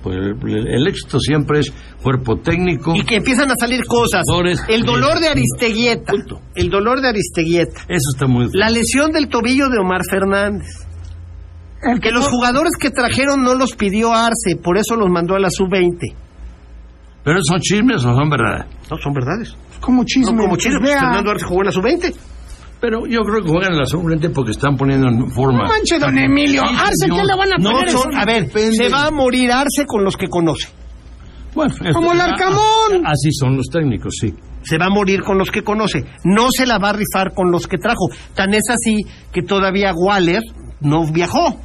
Speaker 2: Pues el, el éxito siempre es cuerpo técnico.
Speaker 1: y que empiezan a salir cosas.
Speaker 2: Jugadores.
Speaker 1: El dolor de Aristeguieta.
Speaker 2: Punto.
Speaker 1: El dolor de Aristeguieta.
Speaker 2: Eso está muy...
Speaker 1: La lesión del tobillo de Omar Fernández.
Speaker 5: El
Speaker 1: Que los jugadores que trajeron no los pidió Arce, por eso los mandó a la sub-20.
Speaker 2: Pero son chismes o son verdad.
Speaker 1: No, son verdades.
Speaker 5: Como
Speaker 1: No,
Speaker 5: chisme.
Speaker 1: como chile,
Speaker 5: Pues vea.
Speaker 1: Fernando Arce jugó en la sub-20.
Speaker 2: Pero yo creo que juegan en la sub-20 porque están poniendo en forma.
Speaker 5: No manche, don Emilio. Arce, ¿qué le van a
Speaker 1: No
Speaker 5: poner?
Speaker 1: son,
Speaker 5: eso?
Speaker 1: a ver, se va a morir Arce con los que conoce.
Speaker 2: Bueno, esto-
Speaker 5: Como el Arcamón.
Speaker 2: Así son los técnicos, sí.
Speaker 1: Se va a morir con los que conoce. No se la va a rifar con los que trajo. Tan es así que todavía Waller no viajó.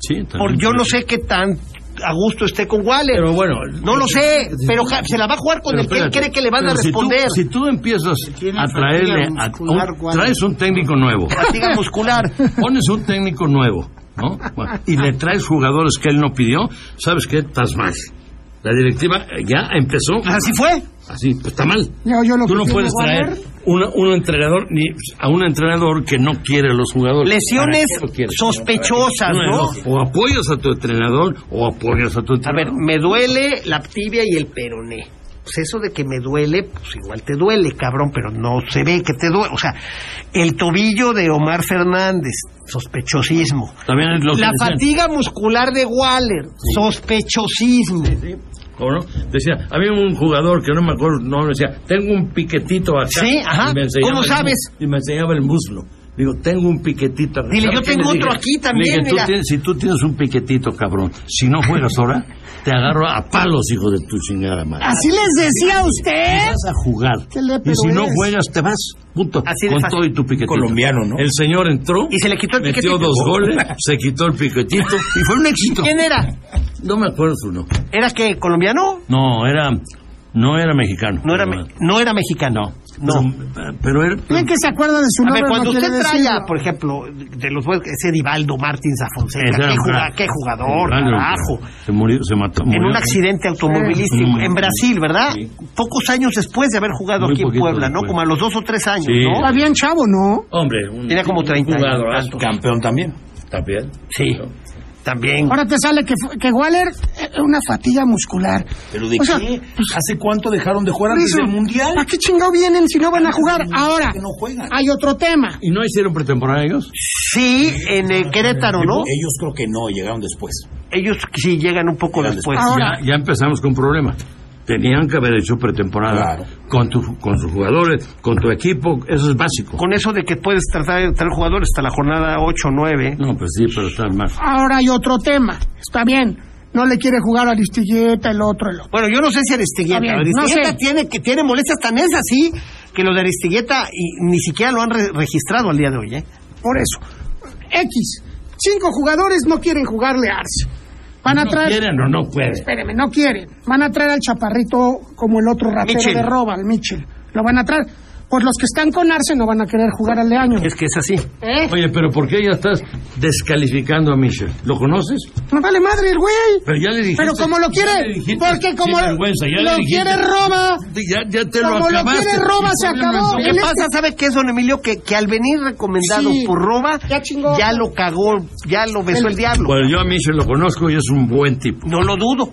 Speaker 2: sí también.
Speaker 1: Por, yo no sé qué tan a gusto esté con Waller.
Speaker 2: Pero bueno. eh,
Speaker 1: No lo sé, pero ja- se la va a jugar con
Speaker 2: Pero
Speaker 1: el que él
Speaker 2: espérate,
Speaker 1: cree que le van a
Speaker 2: pero si tú-
Speaker 1: responder.
Speaker 2: Si tú, empiezas
Speaker 4: tiene
Speaker 2: a traerle.
Speaker 4: fatiga
Speaker 2: a-
Speaker 4: muscular,
Speaker 2: un-
Speaker 4: Juan.
Speaker 2: traes un técnico nuevo.
Speaker 1: Fatiga
Speaker 2: *laughs*
Speaker 1: muscular.
Speaker 2: Pones un técnico nuevo, ¿no? Bueno, y le traes jugadores que él no pidió, ¿sabes qué? Estás mal. La directiva eh, ya empezó
Speaker 1: Así fue.
Speaker 2: así, pues está mal.
Speaker 5: Yo- yo lo
Speaker 2: Tú
Speaker 5: que
Speaker 2: no
Speaker 1: pues,
Speaker 5: tiene
Speaker 2: puedes
Speaker 5: Warner-
Speaker 2: traer una- un entrenador ni a un entrenador que no quiere a los jugadores.
Speaker 1: Lesiones
Speaker 2: ¿Para qué lo quieres?
Speaker 1: sospechosas,
Speaker 2: Una de
Speaker 1: ¿no?
Speaker 2: dos, O apoyas a tu entrenador o apoyas a tu
Speaker 1: A ver,
Speaker 2: entrenador.
Speaker 1: me duele la tibia y el peroné. Pues eso de que me duele, pues igual te duele, cabrón, pero no se ve que te duele. O sea, el tobillo de Omar Fernández, sospechosismo.
Speaker 2: También es lo que
Speaker 1: La
Speaker 2: decían.
Speaker 1: fatiga muscular de Waller, sospechosismo.
Speaker 2: ¿Cómo no? Decía, había un jugador que no me acuerdo, no me decía, tengo un piquetito acá.
Speaker 1: Sí, ajá.
Speaker 2: Y me enseñaba
Speaker 1: ¿Cómo
Speaker 2: el-
Speaker 1: sabes?
Speaker 2: y me enseñaba el muslo. Digo, tengo un piquetito acá.
Speaker 1: Dile, yo
Speaker 2: ¿Qué
Speaker 1: tengo
Speaker 2: le dije?
Speaker 1: otro aquí también,
Speaker 2: Le dije, "Tú
Speaker 1: mira".
Speaker 2: tienes- si tú tienes un piquetito, cabrón, si no juegas ahora, te agarro a palos, hijo de tu chingada madre.
Speaker 5: Así les decía a usted.
Speaker 2: vas a jugar.
Speaker 5: Qué lépero
Speaker 2: Y si no
Speaker 5: eres.
Speaker 2: juegas, te vas. Punto.
Speaker 1: Así de
Speaker 2: Con
Speaker 1: fácil.
Speaker 2: todo y tu piquetito.
Speaker 3: Colombiano, ¿no?
Speaker 2: El señor entró.
Speaker 1: Y se le quitó el
Speaker 2: metió
Speaker 1: piquetito.
Speaker 2: dos goles, se quitó el piquetito. Y fue un éxito.
Speaker 1: ¿Quién era?
Speaker 2: No me acuerdo su nombre.
Speaker 1: ¿Era que colombiano?
Speaker 2: No, era. No era mexicano.
Speaker 1: No era, me- no era mexicano. No.
Speaker 2: Pero, pero él.
Speaker 5: Creen que se acuerda de su
Speaker 1: A
Speaker 5: nombre.
Speaker 1: ver, cuando
Speaker 5: no
Speaker 1: usted
Speaker 5: quiere
Speaker 1: traía,
Speaker 5: decirlo.
Speaker 1: por ejemplo, de los buenos, ese Divaldo Martins Afonseca,
Speaker 2: Ese era
Speaker 1: qué,
Speaker 2: un
Speaker 1: juga-
Speaker 2: crack.
Speaker 1: qué jugador,
Speaker 2: Un gran
Speaker 1: carajo.
Speaker 2: hombre. Se murió, se mató.
Speaker 1: En
Speaker 2: murió.
Speaker 1: un accidente automovilístico en Brasil, ¿verdad? Pocos años después de haber jugado
Speaker 2: Mm. Muy
Speaker 1: aquí en
Speaker 2: poquito
Speaker 1: Puebla, ¿no?
Speaker 2: después.
Speaker 1: Como a los dos o tres años,
Speaker 2: Sí.
Speaker 1: ¿no?
Speaker 5: Está bien chavo, ¿no?
Speaker 2: Hombre, un,
Speaker 1: Tenía como 30 años.
Speaker 2: jugadorazo.
Speaker 1: tantos.
Speaker 3: Campeón también.
Speaker 2: También.
Speaker 1: Sí. También.
Speaker 5: Ahora te sale que, fu- que Waller, eh, una fatiga muscular.
Speaker 10: ¿Pero de
Speaker 5: O sea,
Speaker 10: qué? ¿Hace cuánto dejaron de jugar antes
Speaker 5: Eso,
Speaker 10: del Mundial?
Speaker 5: ¿Para qué chingado vienen si no
Speaker 1: Ah,
Speaker 5: van a jugar? Ahora, hay otro tema.
Speaker 2: ¿Y no hicieron pretemporada ellos?
Speaker 1: Sí, en eh, Querétaro, ¿no?
Speaker 10: Ellos creo que no, llegaron después.
Speaker 1: Ellos sí llegan un poco después.
Speaker 5: Ahora-
Speaker 2: ya, ya empezamos con problemas. Tenían que haber hecho pretemporada con, tu- con sus jugadores, con tu equipo, eso es básico.
Speaker 1: Con eso de que puedes tratar de traer jugadores hasta la jornada 8 o 9.
Speaker 2: No, pues sí, pero está mal.
Speaker 5: Ahora hay otro tema. Está bien. No le quiere jugar a Aristigueta, el otro, el otro.
Speaker 1: Bueno, yo no sé si Aristigueta.
Speaker 5: Está bien,
Speaker 1: Aristigueta
Speaker 5: no sé.
Speaker 1: tiene, que tiene molestias tan es así que lo de Aristigueta y, ni siquiera lo han re- registrado al día de hoy, ¿eh?
Speaker 5: Por eso. X. Cinco jugadores no quieren jugarle a Arce. Van a
Speaker 2: No
Speaker 5: traer.
Speaker 2: quieren o no pueden.
Speaker 5: Espéreme, no quieren. Van a traer al chaparrito como el otro ratero
Speaker 1: Mitchell.
Speaker 5: de roba, al Mitchell. Lo van a traer. Pues los que están con Arce no van a querer jugar al de año.
Speaker 1: Es que es así.
Speaker 5: ¿Eh?
Speaker 2: Oye, pero ¿por qué ya estás descalificando a Michel? ¿Lo conoces?
Speaker 5: No vale madre el güey.
Speaker 2: Pero ya le dijiste.
Speaker 5: Pero como lo
Speaker 2: ya
Speaker 5: quiere,
Speaker 2: le dijiste,
Speaker 5: porque como
Speaker 2: sin
Speaker 5: lo
Speaker 2: vergüenza, ya le dijiste.
Speaker 5: quiere Roma,
Speaker 2: Ya, ya te
Speaker 5: como
Speaker 2: lo
Speaker 5: lo
Speaker 2: acabaste.
Speaker 5: quiere Roma se acabó.
Speaker 1: Lo
Speaker 5: En
Speaker 1: que
Speaker 5: este-
Speaker 1: pasa, ¿sabe qué es, don Emilio? Que, que al venir recomendado
Speaker 5: Sí.
Speaker 1: por roba,
Speaker 5: Ya chingó.
Speaker 1: ya lo cagó, ya lo besó el, diablo.
Speaker 2: Bueno, yo a Michel lo conozco y es un buen tipo.
Speaker 1: No lo dudo.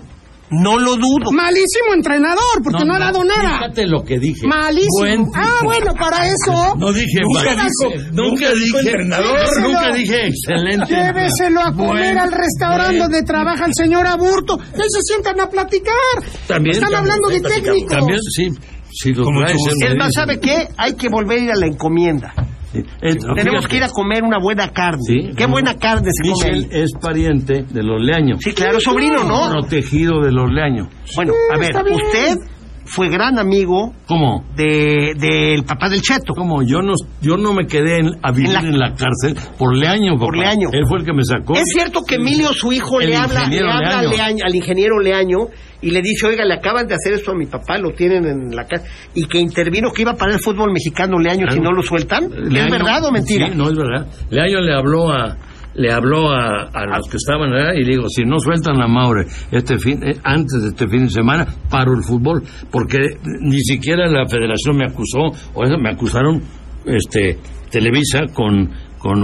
Speaker 1: No lo dudo.
Speaker 5: malísimo entrenador, porque no, ha dado nada.
Speaker 2: Fíjate lo que dije.
Speaker 5: Malísimo.
Speaker 2: Buen tipo.
Speaker 5: ah, bueno, para eso.
Speaker 2: No dije
Speaker 5: Nunca
Speaker 2: mal.
Speaker 5: dijo-
Speaker 2: nunca dije
Speaker 10: entrenador.
Speaker 5: Lléveselo.
Speaker 2: Nunca dije excelente.
Speaker 5: Lléveselo a comer
Speaker 2: Buen-
Speaker 5: al restaurante
Speaker 2: buen-
Speaker 5: donde trabaja el señor Aburto. Ahí se sientan a platicar.
Speaker 2: También,
Speaker 5: Están
Speaker 2: también,
Speaker 5: hablando de técnicos.
Speaker 2: También, sí. Si lo
Speaker 10: Como
Speaker 2: traes,
Speaker 10: tú.
Speaker 2: él me
Speaker 1: Es más,
Speaker 2: dice.
Speaker 1: ¿sabe qué? Hay que volver a ir a la encomienda.
Speaker 2: Sí. Eh,
Speaker 1: Tenemos
Speaker 2: fíjate,
Speaker 1: que ir a comer una buena carne.
Speaker 2: sí,
Speaker 1: ¿Qué
Speaker 2: no,
Speaker 1: buena carne se come?
Speaker 2: Michel
Speaker 1: ahí?
Speaker 2: es pariente de los Leaños.
Speaker 1: Sí, claro, sobrino, ¿no?
Speaker 2: Protegido de los Leaños.
Speaker 1: Bueno, a ver,
Speaker 5: está bien.
Speaker 1: usted fue gran amigo
Speaker 2: ¿Cómo?
Speaker 1: de- del papá del Cheto.
Speaker 2: ¿Cómo? Yo no, yo no me quedé en- a vivir
Speaker 1: En
Speaker 2: en
Speaker 1: la-
Speaker 2: la, cárcel por Leaño, papá.
Speaker 1: Por Leaño.
Speaker 2: Él fue el que me sacó.
Speaker 1: ¿Es cierto que Emilio, su hijo,
Speaker 2: El
Speaker 1: le habla, le
Speaker 2: ingeniero
Speaker 1: habla
Speaker 2: Leaño.
Speaker 1: a Leaño- al ingeniero Leaño y le dice, oiga, le acaban de hacer esto a mi papá, lo tienen en la casa, y que intervino que iba para el fútbol mexicano Leaño
Speaker 2: Claro.
Speaker 1: si no lo sueltan? ¿Es
Speaker 2: Leaño-
Speaker 1: verdad o mentira?
Speaker 2: Sí, no es verdad. Leaño le habló a le habló a, a los que estaban allá y le dijo, si no sueltan a Maure este fin, eh, antes de este fin de semana, paro el fútbol, porque ni siquiera la federación me acusó, o eso, me acusaron este Televisa con, con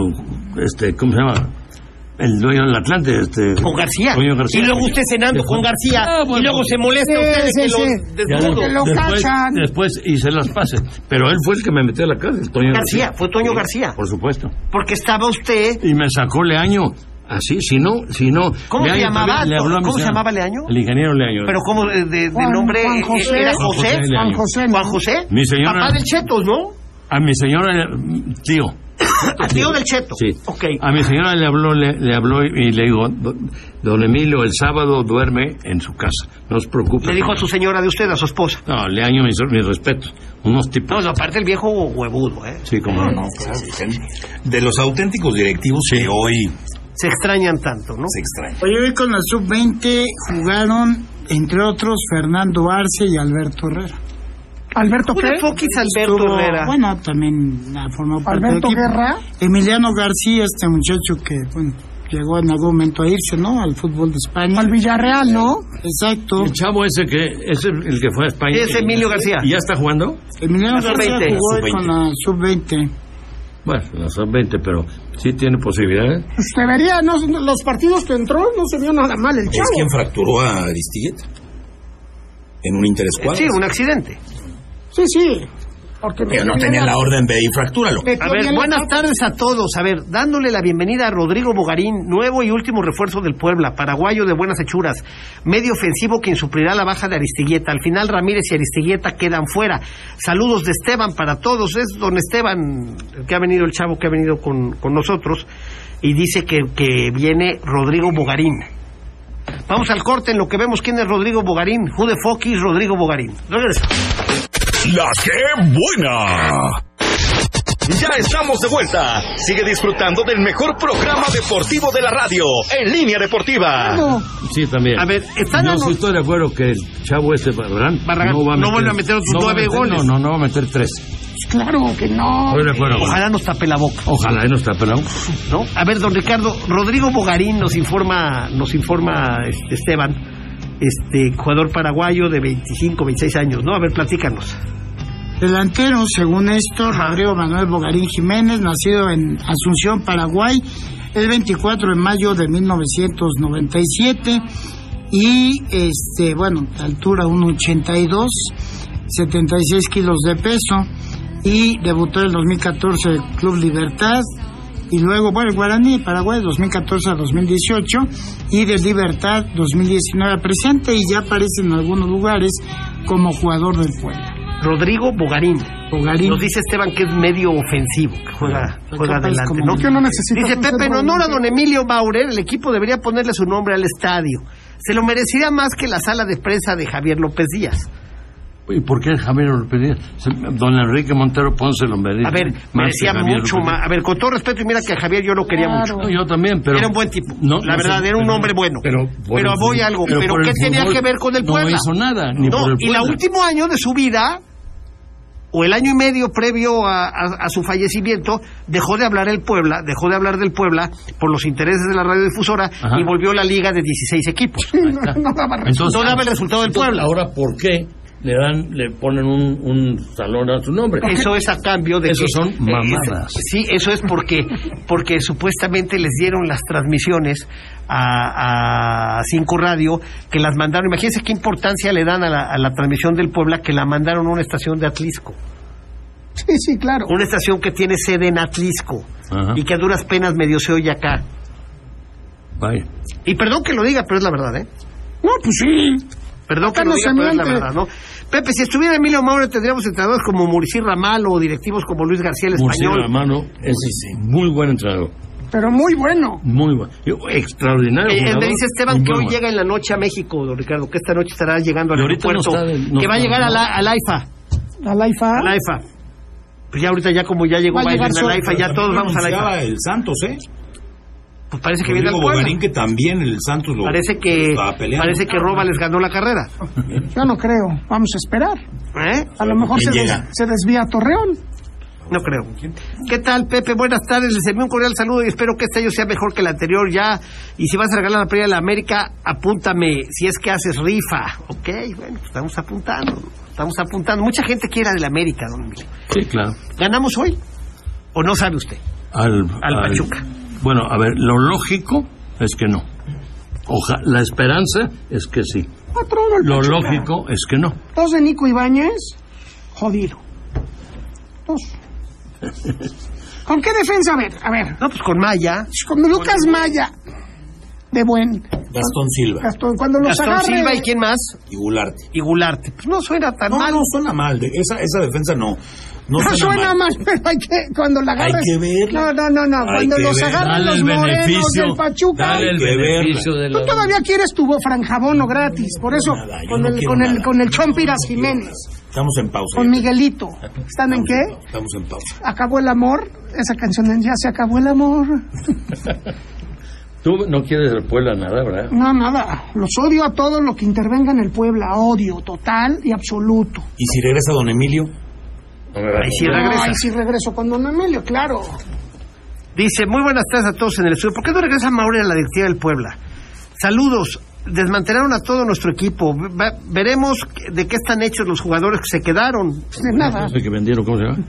Speaker 2: este, ¿cómo se llama? El dueño del Atlante, este
Speaker 1: Con García.
Speaker 2: Toño García.
Speaker 1: Y luego usted cenando
Speaker 2: Dejó-
Speaker 1: con García.
Speaker 2: Ah, bueno.
Speaker 1: Y luego se molesta
Speaker 5: Sí,
Speaker 1: usted de que
Speaker 5: sí,
Speaker 1: lo
Speaker 5: sí.
Speaker 1: desnudo.
Speaker 5: Porque lo
Speaker 2: después,
Speaker 5: cachan.
Speaker 2: después hice las pases, pero él fue el que me metió a la cárcel, Toño
Speaker 1: García, fue Toño
Speaker 2: Sí,
Speaker 1: García.
Speaker 2: Por supuesto.
Speaker 1: Porque estaba usted...
Speaker 2: Y me sacó Leaño. Así, si no, si no.
Speaker 1: ¿Cómo se
Speaker 2: Leaño
Speaker 1: llamaba?
Speaker 2: todavía le habló a mi
Speaker 1: ¿Cómo se
Speaker 2: señora.
Speaker 1: llamaba Leaño?
Speaker 2: El ingeniero Leaño.
Speaker 1: Pero como de, de
Speaker 5: Juan-
Speaker 1: nombre eh,
Speaker 5: Juan José.
Speaker 1: era
Speaker 5: Juan
Speaker 1: José,
Speaker 2: José Leaño.
Speaker 1: Juan José, ¿no? Juan José,
Speaker 2: Mi señora-
Speaker 1: papá del Chetos, ¿no?
Speaker 2: A mi señora, eh, tío.
Speaker 1: Al tío del Cheto.
Speaker 2: Sí.
Speaker 1: Ok.
Speaker 2: A mi señora le habló, le, le habló y le digo, "Do- don Emilio, el sábado duerme en su casa. No se preocupe.
Speaker 1: Le dijo a su señora de usted, a su esposa.
Speaker 2: No, Leaño, mis, mis respetos. Unos
Speaker 1: No,
Speaker 2: tipos.
Speaker 1: no, aparte el viejo huevudo, ¿eh?
Speaker 2: Sí, como.
Speaker 10: No, claro. De los auténticos directivos que hoy
Speaker 1: Se extrañan tanto, ¿no?
Speaker 10: se extrañan.
Speaker 4: Oye, hoy con la sub-20 jugaron, entre otros, Fernando Arce y Alberto Herrera.
Speaker 5: Alberto
Speaker 1: Un
Speaker 5: qué?
Speaker 1: enfoque es Alberto
Speaker 4: Estuvo-
Speaker 1: Herrera.
Speaker 4: Bueno, también ha formado parte
Speaker 5: Alberto
Speaker 4: del equipo.
Speaker 5: Guerra.
Speaker 4: Emiliano García, este muchacho que, bueno, llegó en algún momento a irse, ¿no? Al fútbol de España.
Speaker 5: Al Villarreal, ¿no?
Speaker 4: Exacto.
Speaker 2: El chavo ese que es el el que fue a España.
Speaker 1: Es Emilio García.
Speaker 2: ¿Y ya está jugando?
Speaker 4: Emiliano
Speaker 1: La
Speaker 4: García
Speaker 1: sub-20.
Speaker 4: jugó hoy con la sub-20.
Speaker 2: Bueno, no son 20, pero sí tiene posibilidades.
Speaker 5: Pues debería, no, no, los partidos que entró no se vio nada mal el
Speaker 10: Es
Speaker 5: chavo.
Speaker 10: quien fracturó a Aristigueta. En un interescuadro.
Speaker 1: Sí, un accidente.
Speaker 5: Sí, sí. Porque
Speaker 10: Pero no tenía la orden de ahí, fractúralo.
Speaker 5: Me
Speaker 1: A
Speaker 5: corría
Speaker 1: ver,
Speaker 5: la-
Speaker 1: buenas tardes a todos. A ver, dándole la bienvenida a Rodrigo Bogarín, nuevo y último refuerzo del Puebla, paraguayo de buenas hechuras, medio ofensivo que insufrirá la baja de Aristigueta. Al final Ramírez y Aristigueta quedan fuera. Saludos de Esteban para todos. Es don Esteban, el que ha venido el chavo que ha venido con, con nosotros, y dice que, que viene Rodrigo Bogarín. Vamos al corte en lo que vemos quién es Rodrigo Bogarín. Who the fuck is Rodrigo Bogarín? Regresa.
Speaker 8: La que buena.
Speaker 6: Ya estamos de vuelta. Sigue disfrutando del mejor programa deportivo de la radio, en línea deportiva.
Speaker 2: Sí, también.
Speaker 1: A ver, están
Speaker 2: Yo
Speaker 1: a los-
Speaker 2: sí estoy de acuerdo que el chavo ese Barragán
Speaker 1: Barragán no vuelve a meter otros
Speaker 2: no va
Speaker 1: nueve goles.
Speaker 2: No, no, no va a meter tres.
Speaker 5: Claro que no.
Speaker 2: Estoy de acuerdo. Ojalá,
Speaker 1: Ojalá nos tape la boca.
Speaker 2: ojalá y no está pelado.
Speaker 1: ¿no? A ver, don Ricardo, Rodrigo Bogarín nos informa, nos informa este, Esteban, este jugador paraguayo de 25, 26 años, ¿no? A ver, platícanos.
Speaker 4: Delantero, según esto, Rodrigo Manuel Bogarín Jiménez, nacido en Asunción, Paraguay, el 24 de mayo de 1997 y este bueno altura 1,82 76 kilos de peso y debutó en el 2014 el Club Libertad y luego bueno el Guaraní Paraguay 2014 a 2018 y de Libertad 2019 a presente y ya aparece en algunos lugares como jugador del Puebla
Speaker 1: Rodrigo Bogarín.
Speaker 4: Bogarín.
Speaker 1: Nos dice Esteban que es medio ofensivo, que juega, juega
Speaker 4: capaz
Speaker 1: adelante.
Speaker 4: como
Speaker 1: ¿no?
Speaker 4: medio. Yo no necesito
Speaker 1: dice
Speaker 4: hacer
Speaker 1: Pepe, en
Speaker 4: movimiento.
Speaker 1: honor a don Emilio Maurer, el equipo debería ponerle su nombre al estadio. Se lo merecería más que la sala de prensa de Javier López Díaz.
Speaker 2: ¿Y por qué Javier López Díaz? Don Enrique Montero Ponce lo merece.
Speaker 1: A ver,
Speaker 2: más
Speaker 1: merecía
Speaker 2: que Javier
Speaker 1: mucho
Speaker 2: López
Speaker 1: más. A ver, con todo respeto, y mira que a Javier yo lo quería
Speaker 4: Claro.
Speaker 1: mucho.
Speaker 2: Díaz. No, yo también, pero...
Speaker 1: era un buen tipo,
Speaker 2: No, no
Speaker 1: la verdad,
Speaker 2: sé,
Speaker 1: era un
Speaker 2: pero-
Speaker 1: hombre bueno.
Speaker 2: Pero,
Speaker 1: Pero,
Speaker 2: por el
Speaker 1: voy
Speaker 2: fútbol-
Speaker 1: a algo,
Speaker 2: pero
Speaker 1: pero,
Speaker 2: por
Speaker 1: ¿qué
Speaker 2: el
Speaker 1: tenía
Speaker 2: fútbol
Speaker 1: que ver con el
Speaker 2: no
Speaker 1: Puebla?
Speaker 2: hizo nada, ni
Speaker 1: no,
Speaker 2: por el
Speaker 1: y el
Speaker 2: Puebla.
Speaker 1: último año de su vida, o el año y medio previo a, a- a su fallecimiento, dejó de hablar el Puebla, dejó de hablar del Puebla por los intereses de la radiodifusora
Speaker 2: Ajá.
Speaker 1: y volvió la liga de 16 equipos.
Speaker 2: está.
Speaker 5: no daba
Speaker 2: Entonces,
Speaker 1: no daba el resultado del
Speaker 2: entonces,
Speaker 1: Puebla.
Speaker 2: Ahora, ¿por qué le dan, le ponen un, un salón a su nombre?
Speaker 1: Eso es a cambio de
Speaker 2: Eso
Speaker 1: que-
Speaker 2: son
Speaker 1: eh,
Speaker 2: mamadas.
Speaker 1: es- sí, eso es porque porque supuestamente les dieron las transmisiones a, a Cinco Radio que las mandaron. Imagínense qué importancia le dan a la, a la transmisión del Puebla que la mandaron a una estación de Atlisco,
Speaker 5: Sí, sí, claro.
Speaker 1: una estación que tiene sede en Atlisco
Speaker 2: Ajá.
Speaker 1: y que a duras penas medio se oye acá.
Speaker 2: Vaya.
Speaker 1: Y perdón que lo diga, pero es la verdad, ¿eh?
Speaker 5: No, pues sí.
Speaker 1: Perdón que
Speaker 5: Acá
Speaker 1: lo
Speaker 5: no
Speaker 1: diga,
Speaker 5: se
Speaker 1: pero es la
Speaker 5: miente.
Speaker 1: verdad, ¿no? Pepe, si estuviera Emilio Mauro tendríamos entrenadores como Muricy Ramal o directivos como Luis García el
Speaker 2: Murcia
Speaker 1: Español.
Speaker 2: Hermano es muy buen entrenador.
Speaker 5: Pero muy bueno.
Speaker 2: Muy bueno. Extraordinario.
Speaker 1: Eh, eh,
Speaker 2: jugador,
Speaker 1: me dice Esteban
Speaker 2: muy
Speaker 1: que hoy
Speaker 2: bueno.
Speaker 1: llega en la noche a México, don Ricardo, que esta noche estará llegando al
Speaker 2: Y ahorita
Speaker 1: aeropuerto,
Speaker 2: no está de- no
Speaker 1: que va a
Speaker 2: está,
Speaker 1: llegar
Speaker 2: no.
Speaker 1: a la, al AIFA,
Speaker 5: A la IFA.
Speaker 1: al AIFA. Pues ya ahorita ya como ya llegó
Speaker 5: Va a
Speaker 1: Biden
Speaker 5: llegar
Speaker 1: al
Speaker 5: solo,
Speaker 1: AIFA, ya todos vamos al AIFA.
Speaker 3: El Santos, ¿eh?
Speaker 1: Pues parece que viene
Speaker 3: Rodrigo
Speaker 1: al Puebla.
Speaker 3: Bogarín, que también el Santos lo
Speaker 1: Parece que
Speaker 3: estaba peleando.
Speaker 1: parece que Roba les ganó la carrera,
Speaker 5: Yo no creo. Vamos a esperar.
Speaker 1: ¿eh?
Speaker 5: A lo mejor se,
Speaker 3: ¿Quién
Speaker 5: des-
Speaker 3: llega?
Speaker 5: se desvía a Torreón.
Speaker 1: No creo. ¿Qué tal, Pepe? Buenas tardes. Les envío un cordial saludo y espero que este año sea mejor que el anterior ya. Y si vas a regalar la pelea de la América, apúntame. Si es que haces rifa. Ok, bueno, pues estamos apuntando. Estamos apuntando. Mucha gente quiere de la América, don Emilio.
Speaker 2: Sí, claro.
Speaker 1: ¿Ganamos hoy? ¿O no sabe usted?
Speaker 2: Al,
Speaker 1: Al Pachuca.
Speaker 2: Bueno, a ver, lo lógico es que no. Oja, la esperanza es que sí.
Speaker 5: Cuatro uno el
Speaker 2: Lo
Speaker 5: Pachuca.
Speaker 2: lógico es que no.
Speaker 5: Dos de Nico Ibáñez. Jodido. Dos. ¿Con qué defensa? A ver, a ver.
Speaker 1: No, pues con Maya.
Speaker 5: Con Lucas Maya. De buen.
Speaker 3: Gastón Silva
Speaker 5: Gastón, cuando los
Speaker 1: Gastón
Speaker 5: agarre.
Speaker 1: Silva y quién más?
Speaker 3: y Gularte.
Speaker 1: Y Gularte. Pues no suena tan
Speaker 3: No,
Speaker 1: mal.
Speaker 5: *laughs*
Speaker 3: no suena mal. de- esa, esa defensa no. No,
Speaker 5: No
Speaker 3: suena,
Speaker 5: Ah, suena
Speaker 3: mal.
Speaker 5: mal, pero hay que, cuando la agarres.
Speaker 3: que verla.
Speaker 5: No, no, no, no.
Speaker 3: Hay
Speaker 5: Cuando
Speaker 3: que
Speaker 5: los
Speaker 3: verla.
Speaker 5: agarran
Speaker 2: Dale
Speaker 5: los
Speaker 2: el
Speaker 5: morenos
Speaker 2: beneficio.
Speaker 5: del Pachuca.
Speaker 2: Dale el
Speaker 3: Hay que
Speaker 2: beneficio de
Speaker 5: Tú
Speaker 2: la
Speaker 5: todavía quieres tu franjabono gratis, por eso
Speaker 3: nada, yo
Speaker 5: con,
Speaker 3: no
Speaker 5: el,
Speaker 3: quiero
Speaker 5: con, el,
Speaker 3: nada.
Speaker 5: con el Chompiras Jiménez,
Speaker 3: Estamos en pausa.
Speaker 5: con Miguelito. ¿Están en qué?
Speaker 3: Estamos en pausa.
Speaker 5: Acabó el amor, esa canción en ya se acabó el amor.
Speaker 2: Tú no quieres el Puebla nada, ¿verdad?
Speaker 5: No, nada, los odio a todos los que intervengan en el Puebla, odio total y absoluto.
Speaker 3: ¿Y si regresa don Emilio?
Speaker 2: No me va a
Speaker 1: Ahí sí
Speaker 2: convencer.
Speaker 1: regresa.
Speaker 5: Ay, sí regreso con Don Emilio, claro.
Speaker 1: Dice, muy buenas tardes a todos en el estudio. ¿Por qué no regresa Maure a la directiva del Puebla? Saludos. Desmantelaron a todo nuestro equipo. Ve- veremos de qué están hechos los jugadores que se quedaron.
Speaker 5: De nada.
Speaker 2: No sé qué vendieron, ¿cómo se llama?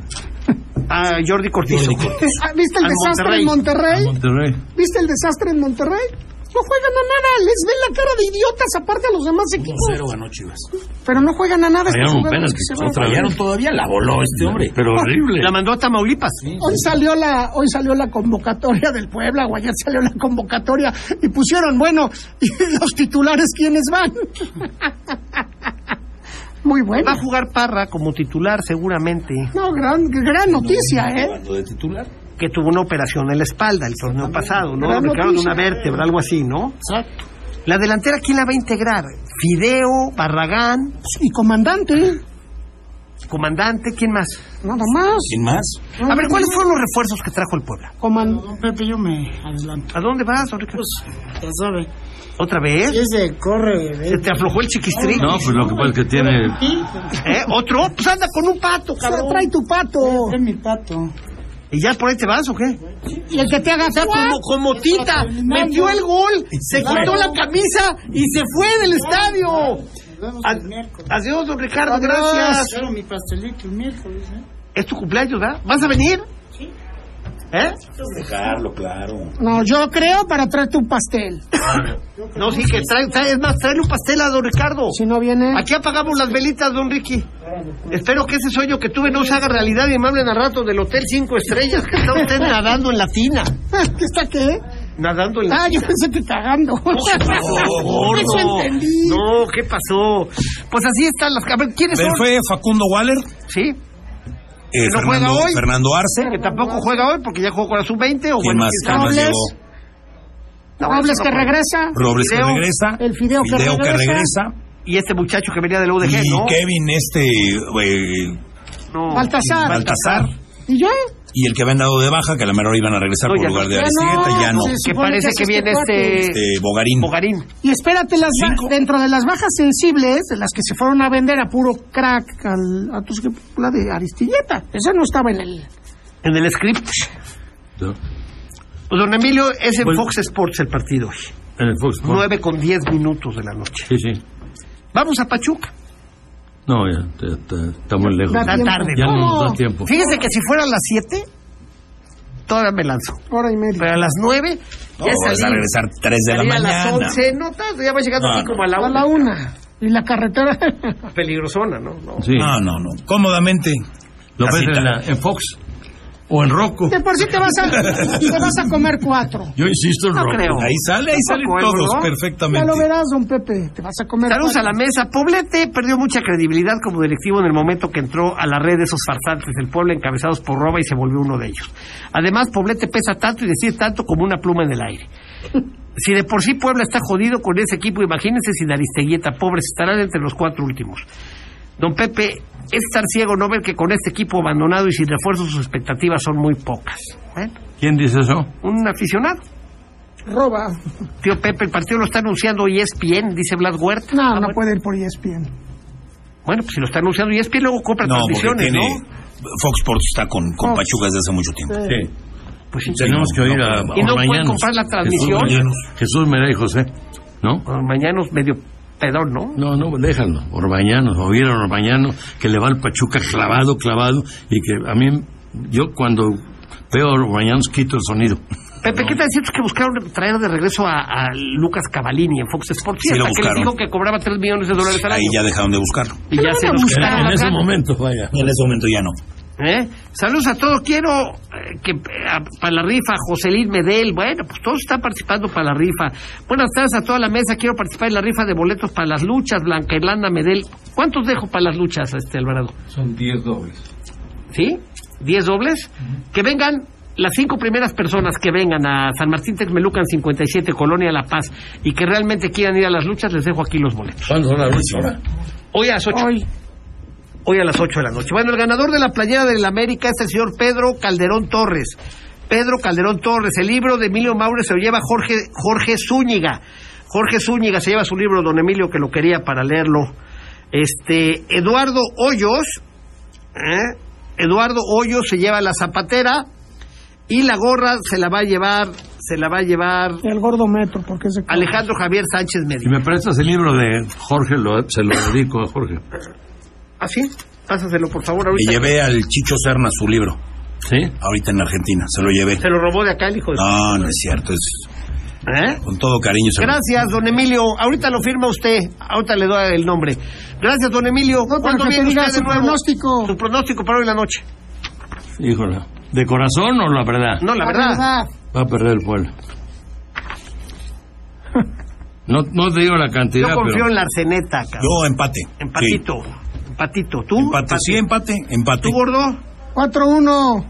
Speaker 1: A Jordi Cortizo.
Speaker 5: Ah, ¿Viste el
Speaker 1: Al Monterrey.
Speaker 5: desastre en Monterrey?
Speaker 2: Monterrey.
Speaker 5: ¿Viste el desastre en Monterrey? No juegan a nada, les ven la cara de idiotas aparte a los demás equipos.
Speaker 3: Cero ganó Chivas.
Speaker 5: Pero no juegan a nada.
Speaker 2: Pues
Speaker 5: estos
Speaker 2: Fallaron
Speaker 5: jugadores
Speaker 2: penalti,
Speaker 5: que se van.
Speaker 2: otra vez.
Speaker 3: Fallaron todavía, la voló este hombre.
Speaker 2: Pero horrible.
Speaker 1: La mandó a Tamaulipas.
Speaker 5: Hoy salió la, hoy salió la convocatoria del Puebla, o ayer salió la convocatoria y pusieron, bueno, *laughs* y los titulares quiénes van. Muy
Speaker 1: Va
Speaker 5: bueno.
Speaker 1: a jugar Parra como titular seguramente,
Speaker 5: Ah, No, gran, gran noticia, ¿eh?
Speaker 3: Cuando de titular.
Speaker 1: que tuvo una operación en la espalda el torneo pasado, ¿no?
Speaker 5: Gran
Speaker 1: Recaron de
Speaker 5: noticia.
Speaker 1: una vértebra, algo así, ¿no? La delantera, ¿quién la va a integrar? Fideo, Barragán,
Speaker 5: Y comandante,
Speaker 1: comandante, ¿quién más?
Speaker 5: nada más.
Speaker 3: ¿Quién más?
Speaker 1: A ver, ¿cuáles fueron los refuerzos que trajo el Puebla?
Speaker 5: Coman-
Speaker 4: Don Pepe yo me adelanto
Speaker 1: ¿A dónde vas, don Ricardo?
Speaker 4: ya sabe
Speaker 1: ¿Otra vez?
Speaker 4: ese corre
Speaker 1: ¿Se
Speaker 4: ve.
Speaker 1: te aflojó el chiquistric?
Speaker 2: No, pues lo que pasa es que tiene.
Speaker 1: ¿Eh? ¿Otro? Pues anda con un pato, cabrón.
Speaker 5: trae tu pato.
Speaker 4: es mi pato
Speaker 1: ¿Y ya por ahí te vas o qué?
Speaker 5: Y el que te haga
Speaker 1: Está como, como Tita. Metió el gol, se quitó la camisa y se fue del estadio.
Speaker 4: vemos
Speaker 5: Ah,
Speaker 4: el miércoles
Speaker 1: Ad- Adiós, don Ricardo, gracias.
Speaker 4: Quiero mi pastelito el miércoles ¿eh?
Speaker 1: Es tu cumpleaños, ¿verdad? ¿Vas a venir? ¿Eh?
Speaker 3: Festejarlo, claro.
Speaker 5: No, yo creo para traerte un pastel.
Speaker 1: No, sí, que trae, trae- es más, traerle un pastel a don Ricardo.
Speaker 5: Si no viene.
Speaker 1: Aquí apagamos las velitas, don Ricky.
Speaker 5: pues.
Speaker 1: Espero que ese sueño que tuve no se haga realidad y me hablen al rato del Hotel 5 Estrellas que está usted nadando en la tina.
Speaker 5: ¿Qué Ah, está qué?
Speaker 1: Nadando en la
Speaker 5: Ah, yo pensé que cagando.
Speaker 1: Oh, gordo.
Speaker 5: Eso entendí.
Speaker 1: No, ¿qué pasó? Pues así están las... A ver, ¿quiénes
Speaker 3: Pero
Speaker 1: son?
Speaker 3: fue Facundo Waller,
Speaker 1: Sí,
Speaker 3: eh,
Speaker 1: ¿No juega
Speaker 3: Fernando,
Speaker 1: hoy?
Speaker 3: Fernando Arce.
Speaker 1: que tampoco juega hoy porque ya jugó con la sub-20 o
Speaker 3: ¿Quién
Speaker 1: bueno,
Speaker 3: más? ¿Quién
Speaker 1: quién sabe.
Speaker 3: más
Speaker 5: Robles.
Speaker 3: llegó?
Speaker 1: No, eso
Speaker 5: Robles
Speaker 1: no
Speaker 5: que
Speaker 1: puede.
Speaker 5: regresa.
Speaker 3: Robles que
Speaker 1: Fideo.
Speaker 3: regresa.
Speaker 5: El Fideo que
Speaker 3: Fideo que
Speaker 5: regresa.
Speaker 3: regresa.
Speaker 1: Y este muchacho que venía del UDG,
Speaker 3: Y
Speaker 1: ¿no?
Speaker 3: Kevin, este. eh,
Speaker 1: No.
Speaker 5: Baltasar.
Speaker 3: Baltasar.
Speaker 5: ¿Y yo?
Speaker 3: Y el que habían dado de baja, que a la mejor iban a regresar
Speaker 1: No,
Speaker 3: por
Speaker 1: ya
Speaker 3: lugar
Speaker 1: no.
Speaker 3: de
Speaker 5: Ya
Speaker 3: Aristigueta,
Speaker 5: no,
Speaker 3: ya no.
Speaker 5: sí, sí.
Speaker 1: Que
Speaker 5: Supone
Speaker 1: parece
Speaker 5: que
Speaker 1: pues, que
Speaker 5: es
Speaker 1: viene
Speaker 5: este
Speaker 1: este...
Speaker 3: Este, Bogarín.
Speaker 1: Bogarín.
Speaker 5: Y espérate, las ba- dentro de las bajas sensibles, de las que se fueron a vender a puro crack, al, a tu Ah, pues, la de Aristilleta. Esa no estaba en el.
Speaker 1: En el script.
Speaker 2: ¿no?
Speaker 1: Pues, don Emilio, es en
Speaker 2: Bueno.
Speaker 1: Fox Sports el partido hoy.
Speaker 2: En el Fox Sports.
Speaker 1: 9 con 10 minutos de la noche.
Speaker 2: Sí, sí.
Speaker 1: Vamos a Pachuca.
Speaker 2: No, ya, ya, ya, estamos lejos.
Speaker 5: Da
Speaker 1: La
Speaker 5: tiempo.
Speaker 1: tarde.
Speaker 2: Ya
Speaker 1: ¿no?
Speaker 2: no nos
Speaker 5: ¿Cómo?
Speaker 2: da tiempo.
Speaker 1: Fíjese que si fuera a las 7, todavía me lanzo.
Speaker 5: Hora y media.
Speaker 1: Pero a las 9,
Speaker 3: No,
Speaker 1: ya
Speaker 3: vas a
Speaker 1: salí.
Speaker 3: regresar 3 de la
Speaker 1: Salí A
Speaker 3: mañana. Ah.
Speaker 1: las 11, no, tarde, ya va llegando
Speaker 3: No,
Speaker 1: aquí como a la
Speaker 5: A
Speaker 1: 1.
Speaker 5: la una. Y la carretera.
Speaker 1: Peligrosona, ¿no? No.
Speaker 2: Sí.
Speaker 3: No, no, no. Cómodamente.
Speaker 2: Lo ves
Speaker 3: Casita.
Speaker 2: en, la- en Fox o en Rocco.
Speaker 5: De por sí te vas a, te vas a comer cuatro.
Speaker 2: Yo insisto en
Speaker 1: No
Speaker 2: Rocco.
Speaker 1: creo.
Speaker 3: Ahí sale, ahí salen
Speaker 1: Tampoco ¿eh? es,
Speaker 3: todos
Speaker 1: ¿no?
Speaker 5: Ya
Speaker 3: perfectamente.
Speaker 5: lo verás, don Pepe. Te vas a comer
Speaker 1: Saludos a
Speaker 5: cuatro.
Speaker 1: la mesa. Poblete perdió mucha credibilidad como directivo en el momento que entró a la red de esos farsantes del pueblo encabezados por Roba y se volvió uno de ellos. Además, Poblete pesa tanto y decide tanto como una pluma en el
Speaker 5: *laughs*
Speaker 1: aire. Si de por sí Puebla está jodido con ese equipo, imagínense sin Aristeguieta, pobres, estarán entre los cuatro últimos. Don Pepe, es estar ciego no ver que con este equipo abandonado y sin refuerzos sus expectativas son muy pocas. Bueno,
Speaker 2: ¿Quién dice eso?
Speaker 1: un aficionado.
Speaker 5: Roba.
Speaker 1: Tío Pepe, el partido lo está anunciando E ESPN, dice Blas Huerta.
Speaker 5: No,
Speaker 1: Ah,
Speaker 5: no
Speaker 1: bueno.
Speaker 5: puede ir por E ESPN.
Speaker 1: Bueno, pues si lo está anunciando ESPN, luego compra
Speaker 3: No, porque
Speaker 1: transmisiones,
Speaker 3: tiene.
Speaker 1: ¿no?
Speaker 3: Fox Sports está con, con
Speaker 5: Fox.
Speaker 3: Pachuca desde hace mucho tiempo.
Speaker 2: Sí.
Speaker 1: Pues sí.
Speaker 2: Tenemos que oír a
Speaker 3: no,
Speaker 1: ¿Y no pueden
Speaker 2: Orbañanos.
Speaker 1: comprar la
Speaker 2: Jesús
Speaker 1: transmisión?
Speaker 2: Orbañanos. Jesús Mera y José. ¿No?
Speaker 1: Bueno, mañana es medio pedón, ¿no?
Speaker 2: No, no, déjalo. Orbañanos, oír a Orbañano que le va al Pachuca clavado, clavado. Y que a mí, yo cuando veo a Orbañanos quito el sonido.
Speaker 1: Pepe, ¿qué tal si es que buscaron traer de regreso a, a Lucas Cavalini en Fox Sports?
Speaker 3: Sí, lo
Speaker 1: hasta que les
Speaker 3: buscaron.
Speaker 1: dijo que cobraba 3 millones de dólares al
Speaker 3: Ahí
Speaker 1: año.
Speaker 3: ya dejaron de buscarlo.
Speaker 1: Y
Speaker 5: ¿Qué
Speaker 1: ya
Speaker 5: van
Speaker 1: se
Speaker 5: a
Speaker 1: los
Speaker 5: buscar?
Speaker 1: quitaron
Speaker 2: en ese
Speaker 1: acá.
Speaker 2: momento, vaya.
Speaker 3: En ese momento ya no.
Speaker 1: ¿Eh? Saludos a todos. Quiero eh, que eh, a- para la rifa, Joselín Medel. Bueno, pues todos están participando para la rifa. Buenas tardes a toda la mesa. Quiero participar en la rifa de boletos para las luchas. Blanca Irlanda Medel. ¿Cuántos dejo para las luchas, este Alvarado?
Speaker 9: Son 10 dobles.
Speaker 1: ¿Sí? ¿Diez dobles? Que vengan las cinco primeras personas que vengan a San Martín Texmelucan 57, Colonia La Paz, y que realmente quieran ir a las luchas, les dejo aquí los boletos.
Speaker 2: ¿Cuándo son las luchas?
Speaker 1: Hoy a las ocho. Hoy. a las ocho de la noche. Bueno, el ganador de la playera del América es el señor Pedro Calderón Torres. Pedro Calderón Torres. El libro de Emilio Maure se lo lleva Jorge, Jorge Zúñiga. Jorge Zúñiga se lleva su libro, don Emilio, que lo quería para leerlo. Este, Eduardo Hoyos, ¿eh? Eduardo Hoyo se lleva la zapatera y la gorra se la va a llevar, se la va a llevar
Speaker 5: El gordo metro, porque es de.
Speaker 1: Alejandro Javier Sánchez
Speaker 2: Si
Speaker 1: Medina.
Speaker 2: me prestas el libro de Jorge, lo- se lo dedico a Jorge.
Speaker 1: ¿Ah, sí? Pásaselo, por favor, ahorita.
Speaker 3: Le llevé al Chicho Serna su libro,
Speaker 2: ¿Sí?
Speaker 3: ahorita en Argentina. Se lo llevé.
Speaker 1: Se lo robó de acá el hijo de...
Speaker 3: No, no es cierto. Es
Speaker 1: ¿Eh?
Speaker 3: con todo cariño. se lo-
Speaker 1: Gracias, don Emilio. Ahorita lo firma usted. Ahorita le doy el nombre. Gracias, don Emilio. ¿Cuándo
Speaker 5: que te
Speaker 1: viene
Speaker 5: diga
Speaker 1: usted de
Speaker 5: su
Speaker 1: nuevo?
Speaker 5: pronóstico.
Speaker 1: Su pronóstico para hoy en la noche.
Speaker 2: Híjole. ¿De corazón o la verdad?
Speaker 1: No, la, verdad.
Speaker 2: Va a perder el
Speaker 1: *laughs*
Speaker 2: pueblo. No, no te digo la
Speaker 1: Yo
Speaker 2: cantidad,
Speaker 1: confío
Speaker 2: pero...
Speaker 1: en la arceneta, cabrón.
Speaker 3: Yo empate.
Speaker 1: Empatito. Empatito. ¿Tú?
Speaker 3: Sí. Empate, sí, empate, empate.
Speaker 1: ¿Tú, gordo?
Speaker 5: 4-1.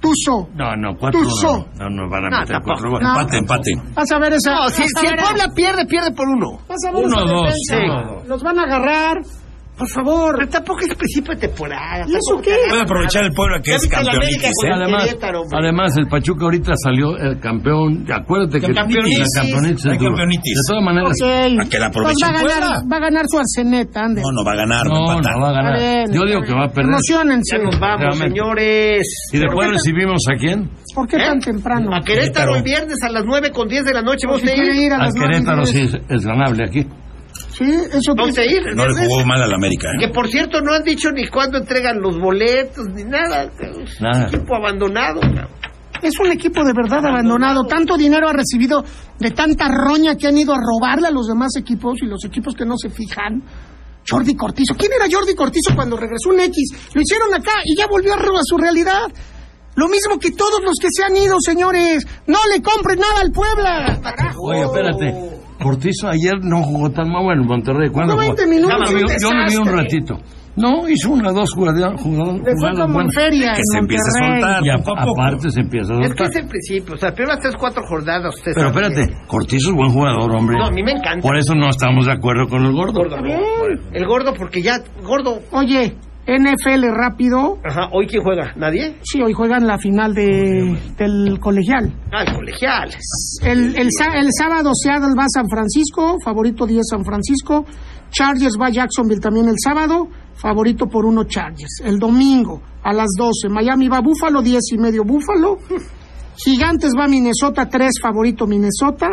Speaker 5: Tuzo.
Speaker 2: No, no, cuatro
Speaker 5: Tuzo.
Speaker 2: no. No, no van
Speaker 1: No,
Speaker 2: a meter
Speaker 1: tampoco.
Speaker 2: cuatro goles.
Speaker 5: No.
Speaker 3: Empate, empate.
Speaker 5: Vas a ver esa.
Speaker 1: No, si,
Speaker 5: vas a
Speaker 1: si el
Speaker 5: ver esa-
Speaker 1: Puebla pierde, pierde por uno.
Speaker 5: Vas a ver
Speaker 2: Uno,
Speaker 5: esa
Speaker 2: dos,
Speaker 5: defensa.
Speaker 2: sí.
Speaker 5: Los van a agarrar. Por favor.
Speaker 1: Pero tampoco es principio de temporada.
Speaker 5: ¿Y eso
Speaker 1: tampoco
Speaker 5: qué?
Speaker 1: te hagas
Speaker 3: Puede aprovechar el pueblo que
Speaker 1: Ya
Speaker 3: es
Speaker 1: viste la América
Speaker 3: campeonito.
Speaker 2: Sí,
Speaker 1: con
Speaker 2: además,
Speaker 1: Querétaro, hombre.
Speaker 2: además, el Pachuca ahorita salió el campeón. Acuérdate que
Speaker 3: Campeonitis.
Speaker 2: la campeonitis es
Speaker 3: Hay
Speaker 2: dura.
Speaker 3: campeonitis.
Speaker 2: De todas maneras,
Speaker 5: Ok.
Speaker 3: A que la
Speaker 5: Pues
Speaker 3: aproveche
Speaker 5: va, a
Speaker 3: el
Speaker 5: ganar,
Speaker 3: Puebla.
Speaker 5: va a ganar su arceneta, ande.
Speaker 3: No, no va a ganar, va a
Speaker 2: no,
Speaker 3: empatar.
Speaker 2: no va a ganar.
Speaker 5: Está
Speaker 2: Yo
Speaker 5: bien, está
Speaker 2: digo que va a perder.
Speaker 5: Emocionense.
Speaker 1: Ya nos vamos,
Speaker 2: Realmente.
Speaker 1: señores.
Speaker 2: ¿Y después recibimos a quién?
Speaker 5: ¿Por qué
Speaker 1: ¿Eh?
Speaker 5: tan temprano?
Speaker 1: A Querétaro el viernes a las 9 con 10 de la noche. ¿Vamos a
Speaker 5: Quiere
Speaker 1: ir?
Speaker 5: ir a
Speaker 2: Al
Speaker 5: las nueve y
Speaker 2: Querétaro
Speaker 5: diez.
Speaker 2: sí es, es ganable aquí.
Speaker 5: Sí, Eh, eso
Speaker 1: ¿Vamos a
Speaker 5: dice.
Speaker 1: ir? el
Speaker 3: No le
Speaker 1: viernes?
Speaker 3: jugó mal al América. ¿eh?
Speaker 1: Que por cierto no han dicho ni cuándo entregan los boletos ni nada.
Speaker 2: Nada.
Speaker 1: Equipo abandonado. cabrón.
Speaker 5: Es un equipo de verdad abandonado. Tanto dinero ha recibido de tanta roña que han ido a robarle a los demás equipos y los equipos que no se fijan. Jordi Cortizo. ¿Quién era Jordi Cortizo cuando regresó un X? Lo hicieron acá y ya volvió a re- a su realidad. Lo mismo que todos los que se han ido, señores. No le compren nada al Puebla. Carajo.
Speaker 2: Oye, espérate. Cortizo ayer no jugó tan mal en Monterrey. ¿Cuándo
Speaker 5: Jugó
Speaker 2: jugó?
Speaker 5: 20 minutos,
Speaker 2: Yo lo vi-
Speaker 5: un
Speaker 2: yo lo vi un
Speaker 5: desastre.
Speaker 2: ratito. No, hizo una, dos jugadas. jugadas
Speaker 5: Le fue como en feria en Monterrey.
Speaker 2: Y a- aparte se empieza a
Speaker 1: Es que
Speaker 2: soltar.
Speaker 1: es el principio. O sea, primero tres, cuatro jornadas. Usted
Speaker 2: Pues Pero
Speaker 1: sabe
Speaker 2: espérate, Cortizo es buen jugador, hombre.
Speaker 1: No, a mí me encanta.
Speaker 2: Por eso no estamos de acuerdo con el gordo.
Speaker 1: que- El gordo, porque ya, gordo.
Speaker 5: Oye, NFL rápido.
Speaker 1: Ajá, ¿hoy quién juega? ¿Nadie?
Speaker 5: Sí, hoy juegan la final de, del colegial.
Speaker 1: Ah, el colegial.
Speaker 5: El, el, sa- el sábado Seattle va a San Francisco, favorito 10 San Francisco. Chargers va a Jacksonville también el sábado, favorito por uno Chargers. El domingo a las 12, Miami va a Búfalo, 10 y medio Búfalo. Gigantes va a Minnesota, 3 favorito Minnesota.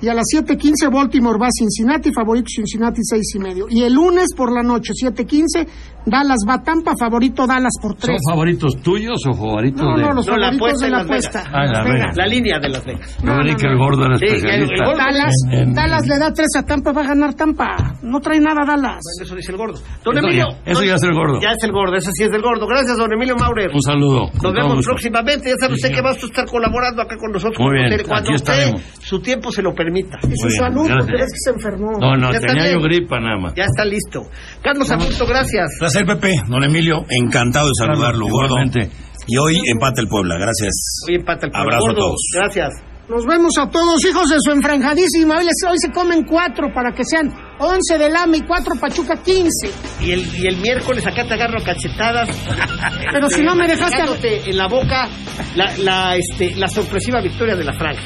Speaker 5: Y a las 7.15 Baltimore va a Cincinnati, favorito Cincinnati, 6 y medio. Y el lunes por la noche, 7.15, Dallas va a Tampa, favorito Dallas por
Speaker 2: ¿Son
Speaker 5: 3.
Speaker 2: favoritos tuyos o favoritos
Speaker 5: No,
Speaker 2: de.?
Speaker 5: no, los
Speaker 1: No, la
Speaker 5: favoritos
Speaker 1: apuesta
Speaker 5: de
Speaker 1: en
Speaker 5: la
Speaker 1: Las Vegas.
Speaker 5: apuesta.
Speaker 2: Ah, en Las Vegas.
Speaker 1: La línea de Las Vegas.
Speaker 2: No, creí que el gordo era especialista.
Speaker 5: Dallas,
Speaker 2: en- en-
Speaker 5: Dallas le da 3 a Tampa, va a ganar Tampa. No trae nada Dallas.
Speaker 1: Eso dice el gordo. Don
Speaker 2: Eso
Speaker 1: Emilio.
Speaker 2: ya- eso
Speaker 1: don-
Speaker 2: ya es el gordo.
Speaker 1: Ya es el gordo, eso sí es el gordo. Gracias, don Emilio Maurer.
Speaker 2: Un saludo. con todo
Speaker 1: Nos vemos
Speaker 2: gusto.
Speaker 1: próximamente. Ya sabe usted que va a estar colaborando acá con nosotros.
Speaker 2: Muy bien,
Speaker 1: Cuando
Speaker 2: aquí
Speaker 1: usted
Speaker 2: estaremos.
Speaker 1: su tiempo se lo
Speaker 2: Y
Speaker 1: permita.
Speaker 2: su Muy bien, salud, gracias. porque es que
Speaker 5: se enfermó.
Speaker 2: No, no,
Speaker 1: Ya está
Speaker 2: tenía yo
Speaker 1: bien.
Speaker 2: gripa nada más.
Speaker 1: Ya está listo. Carlos Augusto, gracias.
Speaker 3: Placer, Pepe. Don Emilio, encantado de saludarlo, gordo. Y hoy empata el Puebla. Gracias.
Speaker 1: Hoy empata el Puebla.
Speaker 3: Abrazo
Speaker 1: Gordo,
Speaker 3: a todos.
Speaker 1: Gracias.
Speaker 5: Nos vemos a todos, hijos de su enfranjadísima. Hoy, les- hoy se comen cuatro para que sean 11 del AME y cuatro Pachuca 15.
Speaker 1: Y el, y el miércoles acá te agarro a cachetadas.
Speaker 5: Pero si no me dejaste-
Speaker 1: Dándote en la boca la, la, este, la sorpresiva victoria de la franja.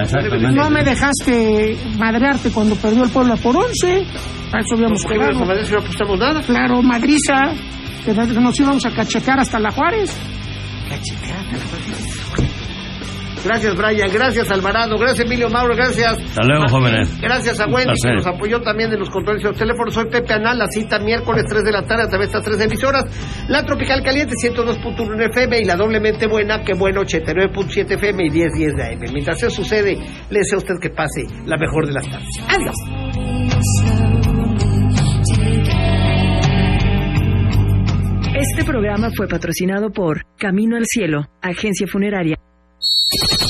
Speaker 2: Exactamente.
Speaker 5: No me dejaste madrearte cuando perdió el Puebla por 11. A eso
Speaker 1: Nos
Speaker 5: habíamos
Speaker 1: fuimos a
Speaker 5: quedado.
Speaker 1: Madrid, si no apostamos nada.
Speaker 5: Claro, madriza. que Nos íbamos a cachetear hasta la Juárez.
Speaker 1: Gracias, Brian. Gracias, Alvarado. Gracias, Emilio Mauro. Gracias.
Speaker 2: Hasta luego, jóvenes.
Speaker 1: Gracias a
Speaker 2: Un
Speaker 1: Wendy que
Speaker 2: placer.
Speaker 1: nos apoyó también en los controles de los teléfonos. Soy Pepe Anal, la cita miércoles 3 de la tarde a través de estas tres emisoras. La Tropical Caliente 102.1 en FM y la doblemente buena, que bueno, 89.7 FM y 10.10 de AM. Mientras eso sucede, le deseo a usted que pase la mejor de las tardes. Adiós.
Speaker 11: Este programa fue patrocinado por Camino al Cielo, agencia funeraria.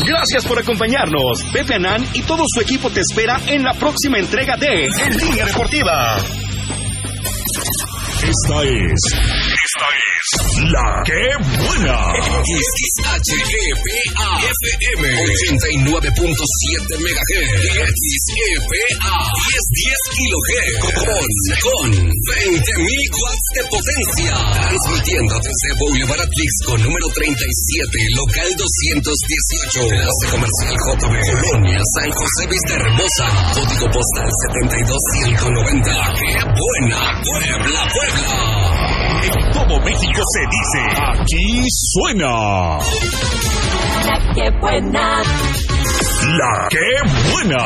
Speaker 6: Gracias por acompañarnos. Pepe Anán y todo su equipo te espera en la próxima entrega de En Línea Deportiva.
Speaker 12: Esta es. Esta es. La que buena.
Speaker 13: XHEPA-FM 89.7 MHz XEPA 1010 kHz Con, con 20.000 watts de potencia Transmitiendo desde Boulevard Atlixco número 37 Local 218 Plaza Comercial JB Colonia San José Vista Hermosa Código postal 72190 ¡Qué buena! ¡Puebla, Puebla!
Speaker 12: En todo México se dice. Aquí suena.
Speaker 13: ¡Qué buena!
Speaker 12: La que buena.